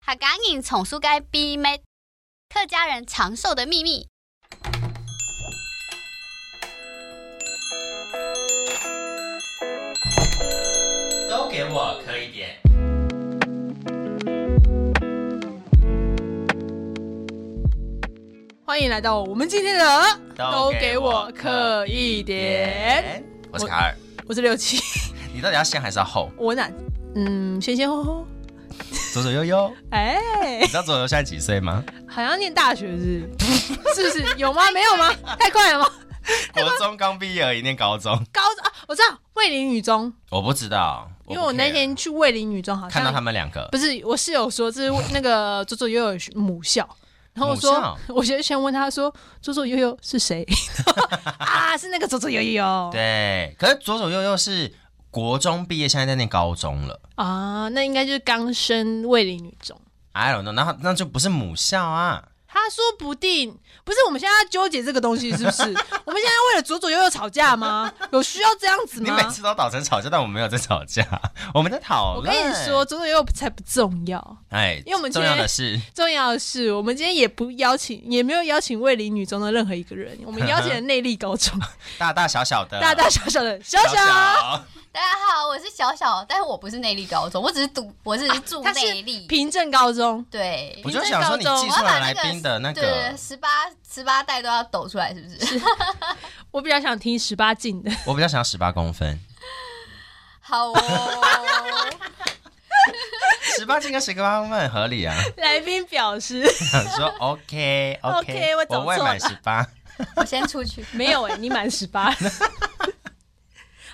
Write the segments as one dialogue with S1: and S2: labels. S1: 哈嘎影丛书该比美，客家人长寿的秘密。
S2: 都给我磕一点。
S3: 欢迎来到我们今天的
S2: 都给我
S3: 刻一点，
S2: 我是卡尔，
S3: 我是六七，
S2: 你到底要先还是要后？
S3: 我哪嗯先先后后，
S2: 左左右右，
S3: 哎、
S2: 你知道左左右现在几岁 吗？
S3: 好像念大学是 不是？是不是有吗？没有吗？太快了吗？
S2: 国中刚毕业而已，念高中。
S3: 高中啊，我知道卫林女中，
S2: 我不知道，
S3: 因为
S2: 不
S3: 我那
S2: care
S3: 天去卫林女中，好像
S2: 看到他们两个，
S3: 不是我室友说这是那个左左右右母校。然后我
S2: 母
S3: 说
S2: 校，
S3: 我先先问他说：“左左右右 是谁？”啊，是那个左左右右
S2: 对，可是左左右右是国中毕业，现在在念高中了。
S3: 啊，那应该就是刚升卫林女中。
S2: I don't know，那那就不是母校啊，
S3: 他说不定不是我们现在要纠结这个东西，是 不是？我们现在为了左左右右吵架吗？有需要这样子
S2: 你每
S3: 吗？
S2: 次都导成吵架，但我们没有在吵架， 我们在讨
S3: 我
S2: 论。
S3: 跟你说，，左左右右才不重要，
S2: 哎，
S3: 因为我们
S2: 重
S3: 今天
S2: 要的是，
S3: 重要的是我们今天也不邀请，也没有邀请卫林女中的任何一个人，我们邀请了内力高 中
S2: 大大小小的，
S3: 大大小小的小
S2: 小
S3: 小，
S1: 大家好，我是小小，但是我不是内力高中，我只是读，我只是住
S3: 他啊是
S1: 内力。
S3: 平镇高中。
S1: 对，
S2: 我就想说，你寄
S1: 我要
S2: 出来
S1: 把
S2: 来
S1: 那
S2: 宾的那
S1: 对
S2: 个，
S1: 十八十八代都要抖出来，是不 是？
S3: 我比较想听十八禁的，
S2: 我比较想要十八 公分，
S1: 好哦，
S2: 十八斤跟十八公分很合理啊。
S3: 来宾表示
S2: 想说 OK
S3: OK，
S2: OK，
S3: 我走
S2: 未
S3: 错
S2: 满
S3: 了
S2: 十八，
S1: 我先出去。
S3: 没有哎、你满十八。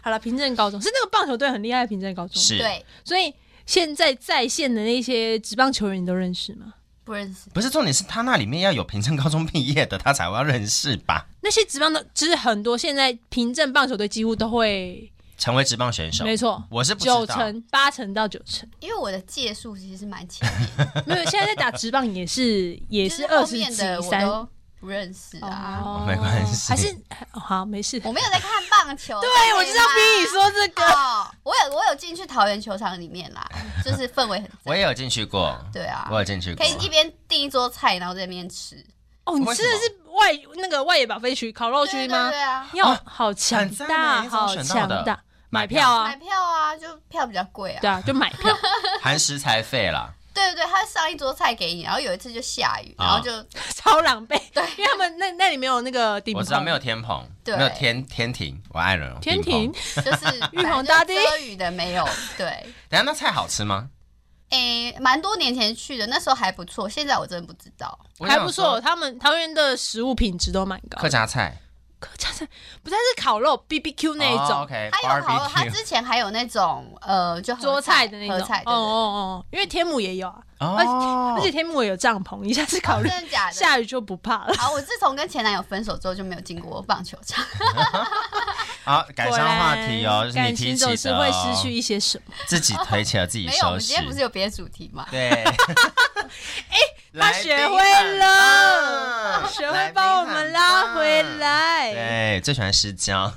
S3: 好了，平镇高中是那个棒球队很厉害的平镇高中吗，
S2: 是
S1: 对，
S3: 所以现在在线的那些职棒球员，你都认识吗？
S1: 不认识。
S2: 不是重点是他那里面要有平镇高中毕业的，他才会要认识吧，
S3: 那些职棒的，就是很多现在平镇棒球队几乎都会，
S2: 成为职棒选手。
S3: 没错，
S2: 我是不知道
S3: 九成、八成到九成。
S1: 因为我的届数其实是蛮浅，
S3: 没有，现在在打职棒 也是也
S1: 就是是
S3: 二
S1: 后
S3: 十
S1: 面
S3: 几
S1: 的我
S3: 三，
S1: 都哦不认识啊。
S3: 哦
S2: 没关系
S3: 还是哦好没事。
S1: 我没有在看棒球，
S3: 对，我就是要逼你说这个。
S1: 哦，我有我有进去桃园球场里面啦，就是氛围很赞
S2: 我也有进去过，
S1: 对啊，
S2: 我有进去过
S1: 可。以一边订一桌菜，然后在那边吃。
S3: 哦，你
S2: 为
S3: 吃
S2: 什
S3: 的
S2: 么
S3: 是外那个外野保飞区烤肉区
S1: 对
S3: 吗
S1: 对？啊，
S3: 要
S2: 啊
S3: 好强
S2: 很赞
S3: 大，
S2: 欸你怎么
S3: 好
S2: 选到
S3: 强
S2: 的
S3: 大，买
S2: 买
S3: 票
S2: 票
S3: 啊
S1: 买，票啊，就票比较贵啊。
S3: 对啊，就买票。
S2: 含食材费 啦，
S1: 对对对，他上一桌菜给你，然后有一次就下雨，
S2: 啊
S1: 然后就
S3: 超狼狈，对，因为他们那那里没有那个顶棚，
S2: 我知道没有天棚，
S1: 对
S2: 没有天天庭，我爱人哦
S3: 天
S2: 庭
S3: 庭
S2: 棚。，
S1: 就是
S3: 玉皇大帝
S1: 反正遮雨的没有。对，
S2: 等一下那菜好吃吗？
S1: 诶，蛮多年前去的，那时候还不错，现在我真的不知道。
S2: 我
S3: 还
S2: 想
S3: 不
S2: 说
S3: 错。，他们桃园的食物品质都蛮高
S2: 客
S3: 的，
S2: 家菜
S3: 客家菜不但是烤肉 B B Q 那一种、
S2: 哦，OK，
S1: 还有烤肉，他
S2: barbecue，
S1: 之前还有那种呃，就合
S3: 哎桌菜的那
S1: 合
S3: 种，
S1: 菜，
S3: 哦
S1: 对
S3: 哦
S1: 对
S3: 哦，因为天母也有啊，
S2: 哦
S3: 而且天母也有帐篷，一下子考虑
S1: 对，真的假的？
S3: 哦下雨就不怕了。
S1: 好，我自从跟前男友分手之后就没有进过棒球场。
S2: 好， 改
S3: 果
S2: 善
S3: 然
S2: 话题哦，就是你
S3: 感
S2: 提
S3: 情
S2: 起的
S3: 总
S2: 哦，
S3: 是会失去一哦些 什么。
S2: 自己推起了自己
S1: 没有，我
S2: 收
S1: 们
S2: 拾
S1: 今天。 不是有别的主题吗？
S2: 对，哎，
S3: 他学会
S2: 啊
S3: 了， 学会帮我们拉回来。
S2: 对，最喜欢失焦。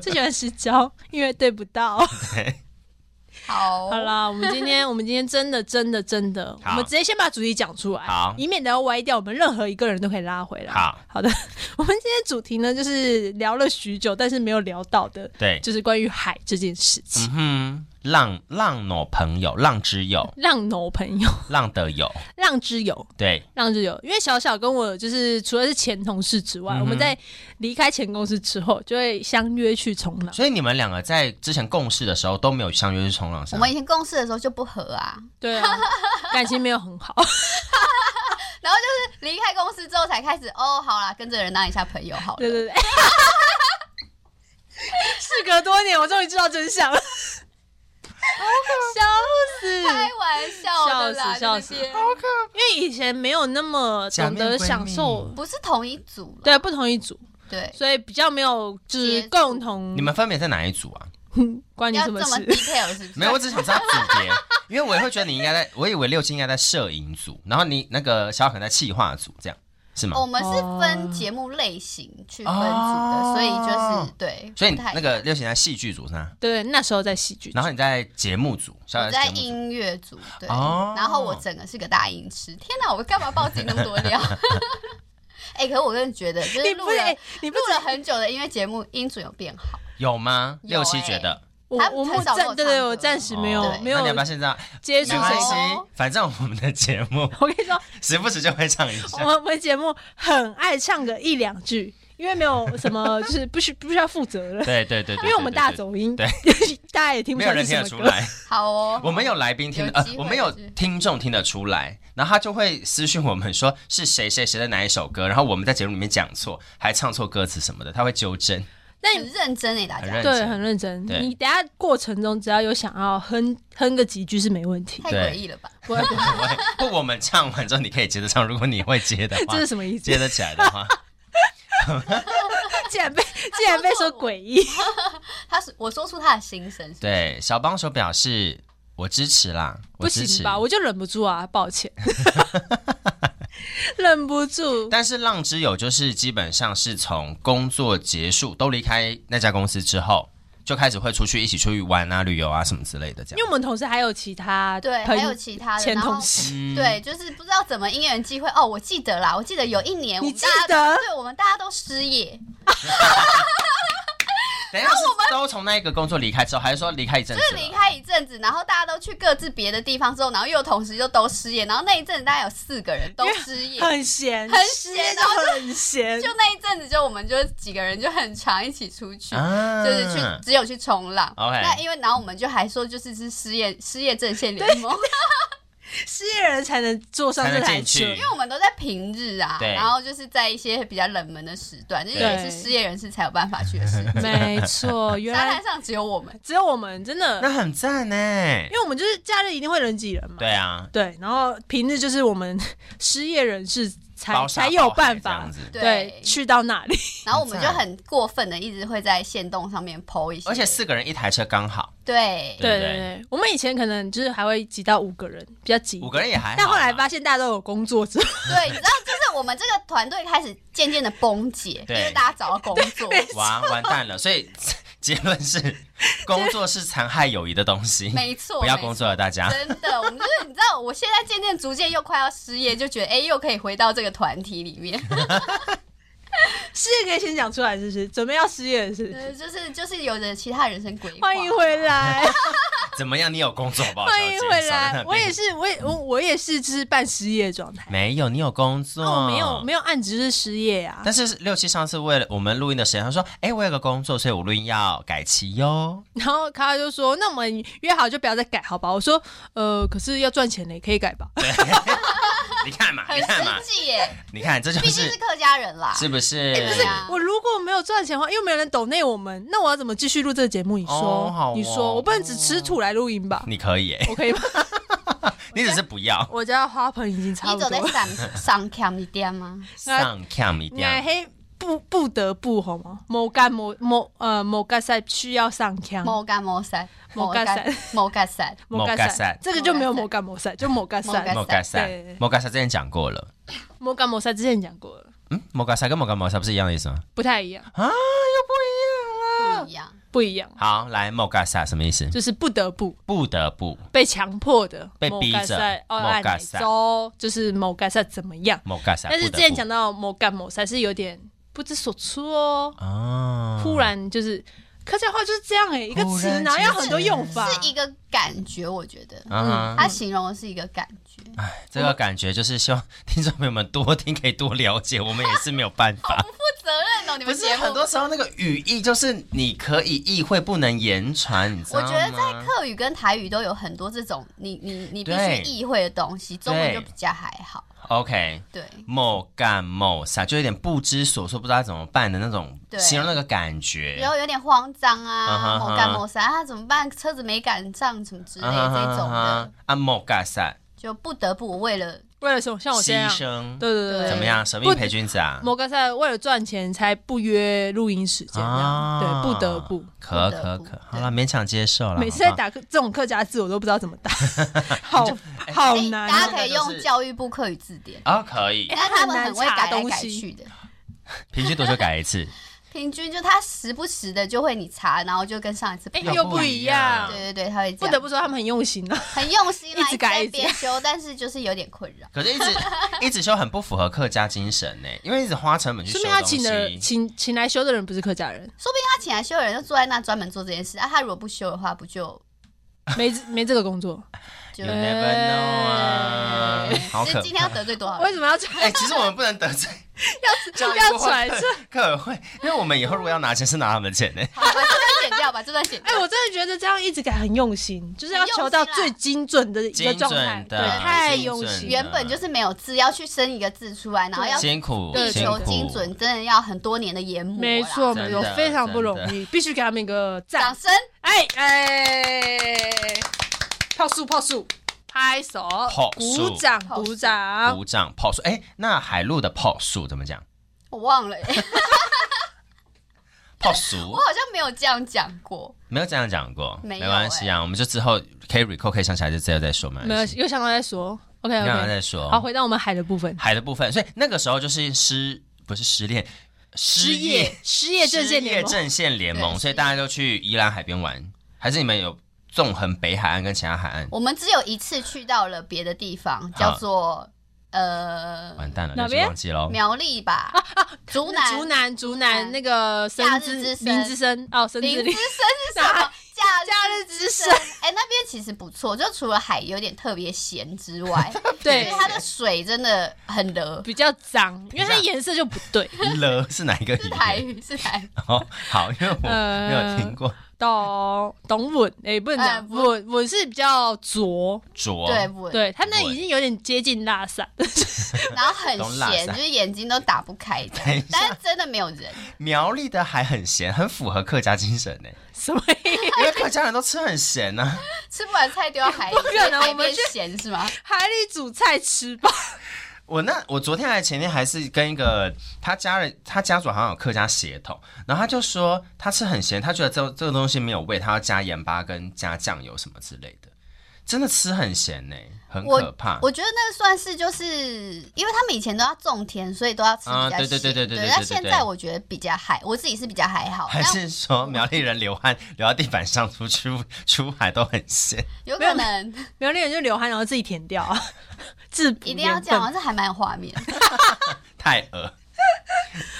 S3: 最喜欢失焦，因为对不到。
S1: 好，
S3: 好啦，我们 今天，我们今天真的，真的，真的，我
S2: 哦好
S3: 们直接先把主题讲出来，
S2: 好
S3: 以免等下歪掉，我们任何一个人都可以拉回来。
S2: 好，
S3: 好的， 我们今天主题呢，就是聊了许久，但是没有聊到的，
S2: 对，
S3: 就是关于海这件事情。
S2: 嗯哼，浪浪某朋友，浪之 友，
S3: 浪农朋友，
S2: 浪的友，
S3: 浪之友，
S2: 对，
S3: 浪之友，因为小小跟我就是除了是前同事之外，
S2: 嗯哼
S3: 我们在离开前公司之后，就会相约去冲浪。
S2: 所以你们两个在之前共事的时候都没有相约去冲浪，是
S1: 我
S2: 吗
S1: 们以前共事的时候就不合啊，
S3: 对啊， 感情没有很好。
S1: 离开公司之后才开始哦，好啦，跟这个人当一下朋友好
S3: 对
S1: 了。
S3: 对对。 事隔多年，我终于知道真相了。笑死！
S1: 开玩笑的啦，
S3: 笑死笑
S1: 这
S3: 死
S1: 边
S3: 因为以前没有那么懂得享受，
S1: 不是同一组了，
S3: 对啊不同一组，
S1: 对，
S3: 所以比较没有就是
S1: 接触
S3: 共同。
S2: 你们分别在哪一组啊？
S3: 关你
S1: 要这
S3: 什么
S1: 么
S3: 事？
S1: detail 是不是？
S2: 没有，我只想知道组别， 因为我也会觉得你应该在，我以为六七应该在摄影组，然后你那个小可能在企划组这样。是吗？
S1: 哦我们是分节目类型去分组的，
S2: 哦
S1: 所以就是对，
S2: 所以你
S1: 不太一
S2: 那
S1: 样
S2: 个六贤在戏剧组是吗？
S3: 对，那时候在戏剧组，
S2: 然后你在节目组，小
S1: 我
S2: 雅
S1: 在
S2: 节目组
S1: 音乐组，对，
S2: 哦
S1: 然后我整个是个大音痴。天哪，我干嘛爆自己那么多 料？ 哎、可是我真的觉得，就是
S3: 你
S1: 录
S3: 不是
S1: 了
S3: 哎，你不
S1: 录
S3: 是
S1: 了很久的音乐节目，音准有变好。
S2: 有吗？
S1: 有
S2: 六七
S1: 欸
S2: 觉得
S3: 我
S1: 他
S3: 我
S1: 很
S3: 目
S1: 少跟
S3: 暂
S1: 我
S3: 对对，
S1: 唱
S3: 我
S1: 歌
S3: 暂时没有
S2: 哦那
S3: 没有
S2: 你要不要现在？
S3: 接
S2: 没
S3: 触
S2: 关
S3: 谁
S1: 这
S2: 系
S1: 个。，
S2: 反正我们的节目
S3: 我跟你说，
S2: 时不时就会唱一
S3: 我
S2: 下。
S3: 们我们节目很爱唱个一两句，因为没有什么就是不需不需要负责任，
S2: 对对对对，
S3: 因为我们
S2: 对
S3: 大，
S2: 对
S3: 走音，
S2: 对，
S3: 大家也听
S2: 对没有
S3: 不出来
S2: 人听
S3: 是什
S2: 得
S3: 么
S2: 出
S3: 歌。
S2: 来，
S1: 好哦，
S2: 我们有来宾听得，
S1: 有
S2: 呃
S1: 机，会
S2: 我们有
S1: 是
S2: 听众听得出来，然后他就会私讯我们说是谁谁谁的哪一首歌，然后我们在节目里面讲错，还唱错歌词什么的，他会纠正，
S3: 那
S1: 很
S3: 你
S1: 认真欸诶、大
S2: 很
S1: 家。
S2: 认
S3: 对
S2: 真。
S3: 很认真，
S2: 对
S3: 你等下过程中只要有想要哼哼个几句是没问题。
S1: 太诡异了吧？
S3: 不会，不会
S2: 我会不，我们唱完之后你可以接着唱，如果你会接的话
S3: 这，是什么意思？
S2: 接得起来的话，
S3: 竟然被竟然被说诡异，
S1: 他是我说出他的心声，是
S2: 对，小帮手表示我支持啦，
S3: 不
S2: 我支持
S3: 行。吧？我就忍不住啊，抱歉， 忍不住。
S2: 但是浪之友就是基本上是从工作结束都离开那家公司之后，就开始会出去一起出去玩啊、旅游啊什么之类的这
S3: 因为
S2: 样。
S3: 我们同事还有其他
S1: 对，
S3: 朋
S1: 还有其他的，
S3: 前
S1: 然后
S3: 同事，
S2: 嗯，
S1: 对，就是不知道怎么因缘机会哦，我记得啦，我记得有一年我
S3: 你
S1: 们
S3: 记
S1: 大家
S3: 得？
S1: 对我们大家都失业，
S2: 等一下是都从那一个工作离开之后，还是说离开一阵
S1: 就是
S2: 子
S1: 离
S2: 了？
S1: 开一阵子，然后大家都去各自别的地方之后，然后又同时又都失业，然后那一阵子大概有四个人都失业，
S3: 很闲，
S1: 很
S3: 失业
S1: 闲
S3: 就
S1: 然后
S3: 很闲
S1: 就。那一阵子就我们就几个人就很常一起出去。
S2: 啊
S1: 就是去只有去冲浪
S2: OK
S1: 那因为然后我们就还说就是是失业失业阵线联盟，
S3: 失业人才能坐上这台车
S2: 才能进，
S1: 因为我们都在平日啊，
S2: 对
S1: 然后就是在一些比较冷门的时段，就是
S3: 对
S1: 也是失业人士才有办法去的 事情。
S3: 没错，原
S1: 沙滩
S3: 来
S1: 上只有我们，
S3: 只有我们真的
S2: 那，很赞呢。
S3: 因为我们就是假日一定会人挤人嘛，
S2: 对啊，
S3: 对，然后平日就是我们 失业人士才
S2: 包
S3: 才
S2: 山
S3: 有
S2: 包海
S3: 办
S2: 这
S3: 法
S2: 样，子。
S3: 对，
S1: 对，
S3: 去到那里，
S1: 然后我们就很过分的一直会在线动上面 PO 一些，
S2: 而且四个人一台车刚好，
S1: 对
S2: 对
S3: 对
S2: 不对
S3: 对对，我们以前可能就是还会挤到五个人，比较挤，
S2: 五个人也还好啊。
S3: 但后来发现大家都有工作之后，
S1: 对，你知道，就是我们这个团队开始渐渐的崩解，因
S2: 对
S1: 为大家找到工作，
S2: 完完蛋了，所以 结论是，工作是残害友谊的东西，
S1: 没错，
S2: 不要工作了，啊大
S1: 没
S2: 家
S1: 错。。真的，我们就是你知道，我现在渐渐逐渐又快要失业，就觉得哎、又可以回到这个团体里 面，
S3: 失业可以先讲出来，是不是？准备要失业的是，
S1: 呃就是就是有着其他人生规划。
S3: 欢迎回来。
S2: 怎么样？你有工作好 不好？
S3: 欢迎
S2: 小姐
S3: 回
S2: 少在
S3: 来
S2: 那，边
S3: 我也是，我也我我也是，就是半失业状态。
S2: 没有，你有工作，
S3: 那我哦没有没有案子是失业啊，
S2: 嗯但是六七上次为了我们录音的时间，他说：“哎、我有个工作，所以我录音要改期哟。
S3: 然后卡卡就说：“那我们约好就不要再改，好吧？”我说：“呃，可是要赚钱的，可以改吧？”
S2: 对”你看嘛，
S1: 很
S2: 你看嘛
S1: 生，气耶，
S2: 你看，这就
S1: 毕竟
S2: 是
S1: 是客家人啦，
S2: 是不是？
S1: 不是啊
S3: 我如果没有赚钱的话，又没有人抖内我们，那我要怎么继续录这个节目？你说，
S2: 哦好哦
S3: 你说，我不能只吃土来录音吧？
S2: 你可以、哎
S3: 我可以吗？
S2: 你只是不要
S3: 我家的花盆已经差
S1: 你
S3: 不
S1: 走
S3: 多
S1: 在
S3: 了，
S1: 上上 cam 一点吗？
S2: 嗯上 cam 一定
S3: 哎
S2: 要
S3: 嘿，不不得不好吗？某干某某呃某干赛需要上腔，
S1: 某干某塞，
S3: 某干赛，
S1: 某干塞，
S3: 某干
S2: 某干
S3: 赛
S2: 赛，
S3: 这个就没有某干某赛，就某干
S1: 某干
S3: 赛
S1: 赛。
S2: 莫盖
S3: 对对
S2: 塞
S3: 对，
S2: 莫盖塞之前讲过了，
S3: 摩干摩塞之前讲过了，
S2: 嗯，莫盖塞跟莫盖摩塞不是一样的意思吗？
S3: 不太一样，
S2: 啊，又不一样了。啊
S1: 不一样。
S3: 不一样，
S2: 好，来莫盖塞什么意思？
S3: 就是不得不
S2: 不得不
S3: 被强迫的
S2: 被逼着
S3: 摩干赛哦，
S2: 摩
S3: 按
S2: 干
S3: 哪
S2: 赛
S3: 周就是某干赛怎么样？
S2: 莫盖塞。
S3: 但是
S2: 不
S3: 之
S2: 得
S3: 前
S2: 不
S3: 讲到某干某塞是有点不知所措哦，
S2: 啊，
S3: 忽然就是客家话就是这样哎、一个
S2: 忽
S3: 词
S2: 然
S3: 然后要
S2: 之
S3: 很多
S2: 间
S3: 用法，
S1: 是一个感觉，我觉得
S2: 啊哈，
S1: 他形容的是一个感觉，
S2: 哎这个感觉就是希望听众朋友们多听，可以多了解。我们也是没有办法，
S1: 负责任 哦，你
S2: 不
S1: 们
S2: 是
S1: 节目
S2: 很多时候那个语义就是你可以意会，不能言传，你知
S1: 我
S2: 道
S1: 觉
S2: 吗？
S1: 得在客语跟台语都有很多这种你你你必须
S2: 对必
S1: 意会的东西，中
S2: 中
S1: 文
S2: 文
S1: 就
S2: 就
S1: 比
S2: 比
S1: 较还好。
S2: OK。
S1: 对，
S2: 某干某撒，就有点不知所措，不知道怎么办的那种，
S1: 对
S2: 形容那个感觉
S1: 然。后有点慌张
S2: 嗯
S1: 啊，
S2: 哼
S1: 某干某啥啊，怎么办？车子没赶上什么之类
S2: 啊哈
S1: 这种
S2: 哈
S1: 的
S2: 哈，啊，某干撒，
S1: 就不得不为了
S3: 为了什么像我这
S2: 牺
S3: 样，
S2: 牲
S3: 对对对，
S2: 怎么样？舍命陪君子啊！
S3: 摩根赛为了赚钱才不约录音时间，这样
S2: 啊
S3: 对，不得不。
S1: 不
S2: 可
S1: 得
S2: 可
S1: 不
S2: 可
S1: 对，
S2: 好了，勉强接受了。
S3: 每次
S2: 好
S3: 在
S2: 吧
S3: 打这种客家字，我都不知道怎么 打，好好
S1: 哎
S3: 难
S1: 大
S3: 哦。
S1: 家可以
S2: 那就
S1: 用
S2: 是
S1: 教育部课语字典，
S2: 啊，可以
S3: 哎，
S1: 但他们很会改来
S3: 很难查
S1: 改
S3: 东西
S1: 去的。
S2: 平均多久改一次？
S1: 平均就他时不时的就会你查，然后就跟上一次不
S3: 哎
S1: 一
S2: 又
S1: 样。
S3: 又
S2: 不
S3: 不
S2: 一
S3: 一
S2: 样
S3: 样
S1: 对，对对，他会这
S3: 不
S1: 样
S3: 得不说他们很用心啊。
S1: 很用心啦，
S3: 一直改
S1: 在
S3: 一直
S1: 编修，但是就是有点困扰。
S2: 可是一直一直修很不符合客家精神呢，因为一直花成本去
S3: 说
S2: 修
S3: 明他
S2: 东
S3: 请的
S2: 西。
S3: 请请来修的人不是客家人，
S1: 说不定他请来修的人就坐在那专门做这件事，啊，他如果不修的话，不就
S3: 没没这个 工作。
S1: 就
S2: You never know 啊，好
S1: 所
S2: 可
S1: 以今天要！
S2: 怕
S1: 得罪多少人？
S3: 为什么要传
S2: 哎，其实我们不能得罪教育
S3: 要
S2: 部
S3: 揣测？
S2: 客委会，因为我们以后如果要拿钱是拿他们 的钱呢。
S1: 好吧，这段剪掉吧，这段剪
S3: 哎，
S1: 掉。
S3: 我真的觉得这样一直改很用心，啊就是要
S1: 很用
S3: 求到
S1: 心啦
S3: 最精准的一个
S2: 精
S3: 状
S2: 准
S3: 态，
S2: 的
S3: 对，
S2: 对
S3: 太
S2: 精
S3: 用
S2: 准的。
S3: 心
S1: 原本就是没有字，要去生一个字出来，然后要
S2: 辛苦，
S1: 力
S2: 辛
S1: 求
S2: 苦，
S1: 精准，真的要很多年的研磨啦。
S3: 没错，
S2: 真
S3: 没
S2: 的
S3: 错，非常不容易，必须给他们一个
S1: 掌
S3: 赞。
S1: 声。
S3: 哎哎，泡树泡树，拍手
S2: 泡，树
S3: 鼓掌
S1: 泡树
S3: 鼓掌。
S2: 鼓掌泡树。哎，那海陆的泡树怎么讲？
S1: 我忘了、欸，
S2: 泡树
S1: 我好像没有这样讲过。
S2: 没有这样讲过，
S1: 没有哎
S2: 关系啊，我们就之后可以 recall，可以想起来就之后再说嘛。
S3: 没有，又想到再说。OK
S2: 让他
S3: OK，
S2: 啊再说。
S3: 好，回到我们海的部分。
S2: 海的部分，所以那个时候就是失不是失恋，失业
S3: 失业阵线联
S2: 失
S3: 盟
S2: 业，阵线联
S1: 对
S2: 盟，所以大家都去宜兰海边玩，还是你们有纵横北海岸跟其他海岸？
S1: 我们只有一次去到了别的地方，叫做呃
S2: 完蛋了，
S3: 哪
S2: 那就
S3: 边
S2: 忘记喽。
S1: 苗栗吧，啊竹南。
S3: 竹南竹南那个神
S1: 夏日
S3: 之
S1: 之声
S3: 林之声哦，神
S1: 林
S3: 之
S1: 之
S3: 林
S1: 声是什么？假
S3: 假日
S1: 日
S3: 之
S1: 之
S3: 声
S1: 声。哎、那边其实不错，就除了海有点特别咸之 外，因为
S3: 对，
S1: 它的水真的很热。
S3: 比较脏，因为它颜色就不对。
S2: 了是哪一个
S1: 是
S2: 语
S1: 台
S2: 言？
S1: 语，是台语。
S2: 哦，好，因为我
S3: 呃
S2: 没有听过
S3: 懂懂稳哎，不能
S1: 哎
S3: 讲
S1: 不
S3: 稳稳是比较浊，
S2: 浊，
S1: 对，不？
S3: 对，它那
S2: 稳
S3: 已经有点接近拉萨。
S1: 然后很
S2: 懂拉
S1: 咸，
S2: 萨
S1: 就是眼睛都打不开的
S2: 等一下。
S1: 但是真的没有人，
S2: 苗栗的海很咸，很符合客家精神呢，
S3: 什么意思？
S2: 因为客家人都吃很咸啊呢。
S1: 吃 不完菜丢到海里，
S3: 不可能
S1: 所以海
S3: 我们
S1: 边
S3: 去
S1: 咸是吗？
S3: 海里煮菜吃吧。
S2: 我那我昨天还前天还是跟一个他家人，他家族好像有客家血统，然后他就说他吃很咸，他觉得这这个东西没有味，他要加盐巴跟加酱油什么之类的，真的吃很咸呢、很
S1: 我
S2: 可怕。
S1: 我觉得那算是就是，因为他们以前都要种田，所以都要吃
S2: 啊
S1: 比较
S2: 对对对
S1: 咸
S2: 对对
S1: 但
S2: 对对对
S1: 现
S2: 对
S1: 在我觉得比较还，我自己是比较还好，
S2: 还
S1: 但
S2: 是说苗栗人流汗流到地板上出出出海都很咸，
S1: 有
S3: 没有
S1: 可能
S3: 苗栗人就流汗，然后自己舔掉啊， 自补
S1: 一定要啊
S3: 盐
S1: 这样，
S3: 分
S1: 好像是还蛮有画 面。
S2: 太恶，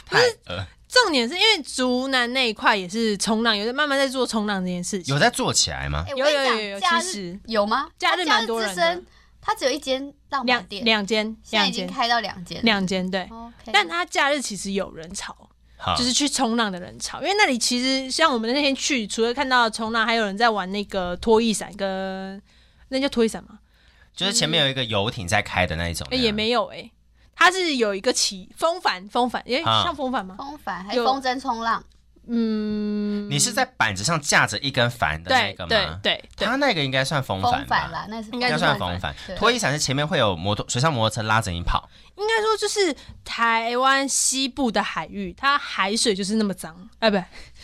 S2: 太恶。
S3: 重点是因为竹南那一块也是冲浪，有在慢慢在做冲浪这件事情
S2: 有。在做起来吗
S1: 哎、？我
S3: 有有有
S1: 跟
S3: 有，
S1: 你讲，假
S3: 其
S1: 日
S3: 实
S1: 有吗？
S3: 假日
S1: 它
S3: 蛮多人
S1: 之
S3: 的
S1: 声，它只有一间浪
S3: 两
S1: 漫店，
S3: 两间
S1: 现在
S3: 两
S1: 已经
S3: 间
S1: 开到两间了，哦
S3: 两间对，
S1: OK，
S3: 但它假日其实有人潮，
S2: 好，
S3: 就是去冲浪的人潮，因为那里其实像我们那天去，除了看到冲浪，还有人在玩那个拖曳伞跟那叫拖曳伞吗？
S2: 就是前面有一个游艇在开的那一种那
S3: 哎、
S2: 样，
S3: 也没有哎、它是有一个旗风帆，风帆，哎、
S2: 啊
S3: 像风帆吗？
S1: 风帆还
S3: 有
S1: 风筝冲浪，
S3: 嗯，
S2: 你是在板子上架着一根帆的那
S3: 对
S2: 个吗？
S3: 对对对，
S2: 他那个应该算风
S1: 风
S2: 帆吧
S1: 帆？啦，那是
S3: 应该
S2: 应
S3: 是
S2: 该
S1: 风
S2: 算
S3: 风
S2: 风
S3: 帆
S2: 帆
S1: 对。
S2: 拖衣伞是前面会有摩托水上摩托车拉着你跑，
S3: 应该说就是台湾西部的海域，它海水就是那么脏，哎、不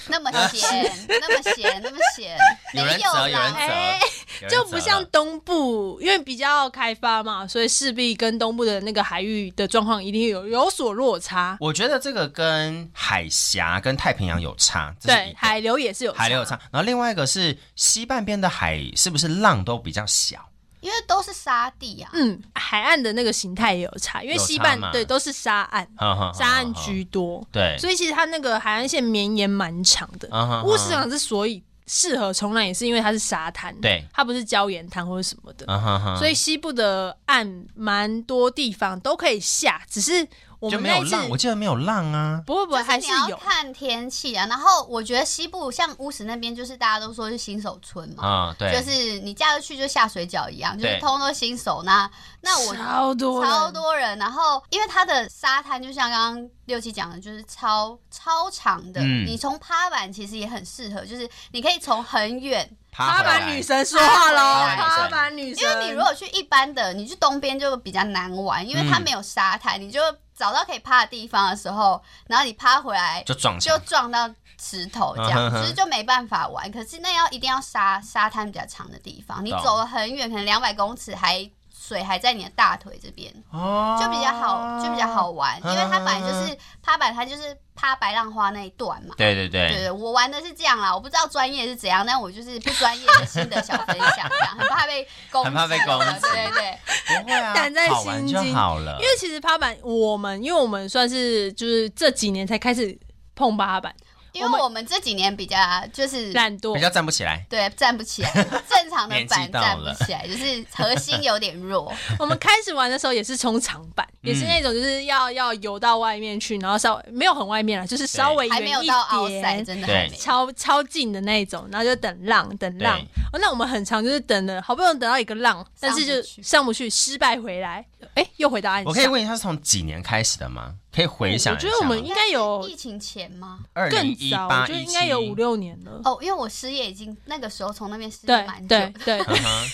S1: 那么咸， 那么咸，那么咸，没
S2: 有人
S1: 啦
S2: 折，有人
S3: 哎
S2: 折，
S3: 就不像东部，因为比较开发嘛，所以势必跟东部的那个海域的状况一定有有所落差。
S2: 我觉得这个跟海峡跟太平洋有差，这是一
S3: 对，
S2: 个
S3: 海流也是有
S2: 海流有差。然后另外一个是西半边的海是不是浪都比较小？
S1: 因为都是沙地啊。
S3: 嗯，海岸的那个形态也有差，因为
S2: 有
S3: 西
S2: 差
S3: 半
S2: 嘛啊
S3: 对都是沙岸，
S2: 哈哈哈
S3: 沙岸
S2: 哈
S3: 居多，
S2: 啊对，
S3: 所以其实它那个海岸线绵延蛮长的。
S2: 嗯哼
S3: 乌石
S2: 哼
S3: 港之所以适合冲浪，也是因为它是沙滩，
S2: 对，
S3: 它不是礁岩滩或者什么的，
S2: 嗯哼哼
S3: 所以西部的岸蛮多地方都可以下，只是我
S2: 就
S3: 们
S2: 没
S3: 那
S2: 有
S3: 一次
S2: 浪，我记得没有浪啊。
S3: 不会不
S1: 就
S3: 会还
S1: 你
S3: 是
S1: 要
S3: 有，
S1: 看天气啊，然后我觉得西部像乌石那边，就是大家都说是新手村嘛，
S2: 啊，对，
S1: 就是你假日去就下水饺一样，就
S2: 对
S1: 是通通都新手。那那我
S3: 超多人
S1: 超，多人，然后因为它的沙滩就像刚刚六七讲的，就是超超长的，
S2: 嗯
S1: 你从趴板其实也很适合，就是你可以从很远
S2: 他
S3: 把
S2: 回来
S3: 女神说话喽，
S2: 他
S3: 他
S2: 回来
S3: 把女神，
S1: 因为你如果去一般的，你去东边就比较难玩，因为它
S2: 嗯
S1: 没有沙滩，你就找到可以趴的地方的时候，然后你趴回来
S2: 就撞
S1: 就
S2: 墙。
S1: 撞到石头这样，
S2: 嗯哼哼
S1: 其实就没办法玩。可是那要一定要沙沙滩比较长的地方，你
S2: 懂
S1: 走了很远，可能两百公尺还。水还在你的大腿这边，
S2: 哦
S1: 就比较好，就比较好。玩，
S2: 嗯
S1: 因为它本来就是趴板，它就是趴白浪花那一段嘛。
S2: 对对
S1: 对
S2: 对，
S1: 我玩的是这样啦，我不知道专业是怎样，但我就是不专业的新的小分享，这样很怕被攻击，
S2: 很怕被攻击
S1: 对对对，
S2: 不会 啊，
S3: 胆战
S2: 好玩
S3: 心
S2: 就
S3: 惊
S2: 好了
S3: 因。为其实趴板，我们因为我们算是就是这几年才开始碰趴板，
S1: 因为我们这几年比较就是
S3: 懒惰
S2: 比，较站不起来，
S1: 对站不起来，正常的
S2: 年纪
S1: 板
S2: 到
S1: 站不
S2: 了
S1: 起来，就是核心有点弱，
S3: 我们开始玩的时候也是冲长板，也
S2: 嗯
S3: 是那种就是要要游到外面去，然后稍微没有很外面啦，就是稍微
S1: 还
S3: 远
S1: 没有
S3: 一
S1: 到奥赛，
S3: 点，
S1: 真的
S2: 对
S1: 还没。
S3: 超超近的那一种，然后就等浪等浪
S2: 对。
S3: 哦，那我们很长就是等了，好不容易等到一个浪，但是
S1: 上
S3: 就
S1: 不去
S3: 上不去，失败回来，哎、又回到岸上。
S2: 我可以问一下是从几年开始的吗？可以回想一
S3: 我
S2: 下
S3: 觉
S2: 吗。
S3: 得我们应该有
S1: 疫情前吗？
S2: 二零
S3: 更
S2: 一
S3: 早，
S2: 八
S3: 我觉得应该有五。六年了。
S1: 哦，因为我失业已经那个时候从那边失业
S3: 对
S1: 蛮久
S3: 对
S1: 的，
S3: 对，
S2: 17嗯哼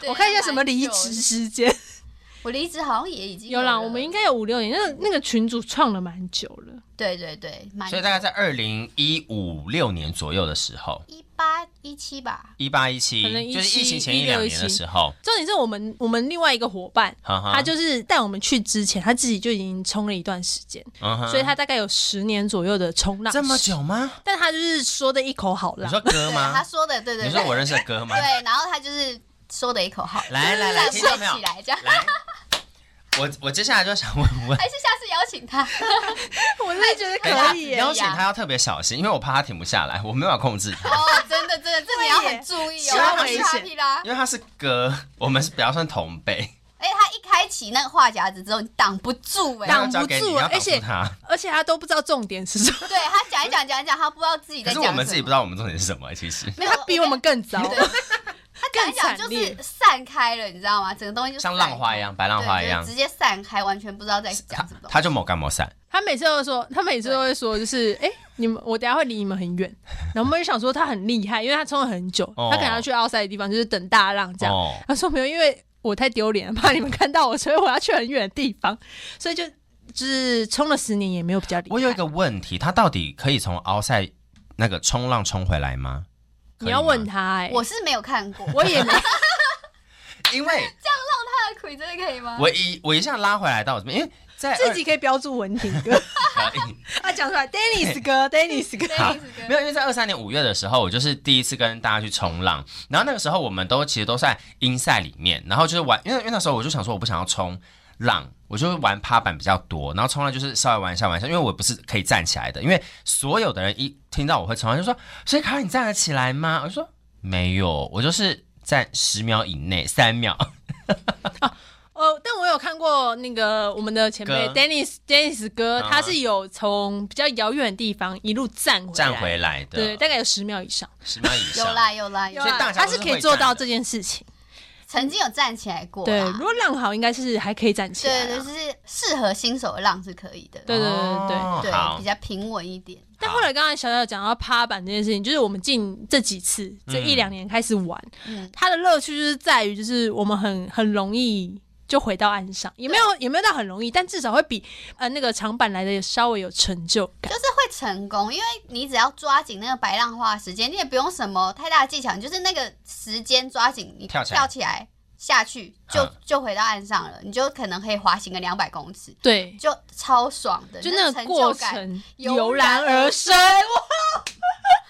S1: 对
S3: 我看一下什么离职
S1: 蛮久的
S3: 时间。
S1: 我离职好像也已经
S3: 有啦，我们应
S1: 该
S3: 该有五六年，那那个群主创了蛮久了。
S1: 对对对，蛮
S2: 所以大概在二零一五六年左右的时候，
S1: 一八一七吧，
S2: 一八一七
S3: 可能，17
S2: 就是疫情前一两年的时候，
S3: 重点是我们我们另外一个伙伴，
S2: 啊哈哈
S3: 他就是带我们去之前，他自己就已经冲了一段时间，
S2: 嗯哼
S3: 所以他大概有十年左右的冲浪。
S2: 这么？久吗？
S3: 但他就是说的一口好
S2: 你
S3: 浪，
S2: 说歌
S1: 对，他
S3: 啊
S2: 吗？
S1: 说的对对
S2: 你
S1: 对，
S2: 说我认识的歌吗？
S1: 对，然后他就是说的一口好，
S2: 来来来，
S1: 站
S2: 听到没
S1: 不
S2: 有
S1: 起？来这样，
S2: 来，哎我我接下来就想问问，
S1: 还是下次邀请 他，
S3: 我真的觉得
S2: 哎
S3: 可以耶。
S2: 邀请他要特别小心，因为我怕他停不下来，我没办法控制他，
S1: 哦，真的真的，这你要很注意哦，
S3: 稍
S1: 他
S3: 微
S1: 是哈
S3: 险
S1: 皮啦。
S2: 因为他是歌，我们是比较算同辈，
S1: 而且他一开启那个话匣子之后，你挡不住哎、
S3: 挡不住
S2: 交给你要
S3: 而
S2: 挡
S3: 且
S2: 住他。
S3: 而且他都不知道重点是什 么，
S1: 对他讲一讲讲一讲，他不知道自己
S2: 可
S1: 在
S2: 是
S1: 讲
S2: 我
S1: 什
S2: 们自己不知
S1: 么。
S2: 道我们重点是什么，其实
S1: 没有
S3: 他比我们更糟，
S1: 对
S3: 他
S1: 讲
S3: 更
S1: 一讲
S3: 惨
S1: 就
S3: 烈
S1: 是。散开了，你知道吗？整个东西就
S2: 像
S1: 散
S2: 浪花一样，白
S1: 开，
S2: 浪花
S1: 对
S2: 一
S1: 就是
S2: 样，
S1: 直接散开，完全不知道在讲什么东西。
S2: 他就某干某散。
S3: 他每次都说，他每次都会说，就是哎、诶你们我等一下会离你们很远。然后我们就想说他很厉害，因为他冲了很久，
S2: 哦
S3: 他可能要去奥赛的地方，就是等大浪这样。
S2: 哦，
S3: 他说没有，因为我太丢脸了，怕你们看到我，所以我要去很远的地方，所以就就是冲了十年也没有比较厉害。
S2: 我有一个问题，他到底可以从奥赛那个冲浪冲回来吗？可以吗
S3: 你要问，他哎、
S1: 我是没有看过，
S3: 我也没，
S2: 因为
S1: 那可以真的可以吗？
S2: 我一我一下拉回来到我这边，因为在
S3: 自己可以标注文婷哥，
S2: 二可以
S3: 他讲 出来，Dennis 哥，Dennis 哥，
S1: 对一直跟
S2: 没有，因为在二三年五月的时候，我就是第一次跟大家去冲浪，然后那个时候我们都其实都在英赛里面，然后就是玩，因为因为那时候我就想说我不想要冲浪，我就玩趴板比较多，然后冲浪就是稍微玩一下玩一下，因为我不是可以站起来的，因为所有的人一听到我会冲浪就说：“所以卡尔你站得起来吗？”我就说：“没有，我就是站十秒以内，三秒。
S3: 哦，但我有看过那个我们的前辈
S2: 哥
S3: Dennis Dennis 哥，
S2: 啊
S3: 他是有从比较遥远的地方一路站回”来，
S2: 站回来的，
S3: 对，大概有十秒以上，
S2: 十秒以上。
S1: 有啦有啦有
S2: 所以
S1: 啦，
S2: 大家
S3: 他
S2: 都是
S3: 是可以做到这件事情。
S1: 曾经有站起来过啦。
S3: 对，如果浪好，应该是还可以站起来
S1: 对
S3: 啦。
S1: 对，就是适合新手的浪是可以的，
S3: 对对对对
S2: 哦
S1: 对
S2: 好
S1: 比，较平稳一点。
S3: 但后来刚才小小讲到趴板这件事情，就是我们近这几次这一两年开始玩，
S1: 嗯，
S3: 它的乐趣就是在于，就是我们很很容易就回到岸上，也没有也没有到很容易，但至少会比呃那个长板来的稍微有成就感
S1: 就。是会成功，因为你只要抓紧那个白浪花的时间，你也不用什么太大的技巧，你就是那个时间抓紧，你
S2: 跳起来
S1: 跳起来下去就
S2: 嗯
S1: 就回到岸上了，你就可能可以滑行个两百公尺，
S3: 对，
S1: 就超爽的，
S3: 就
S1: 那
S3: 那
S1: 成就
S3: 个过
S1: 感
S3: 程
S1: 油
S3: 油
S1: 然
S3: 然
S1: 而
S3: 而生。哇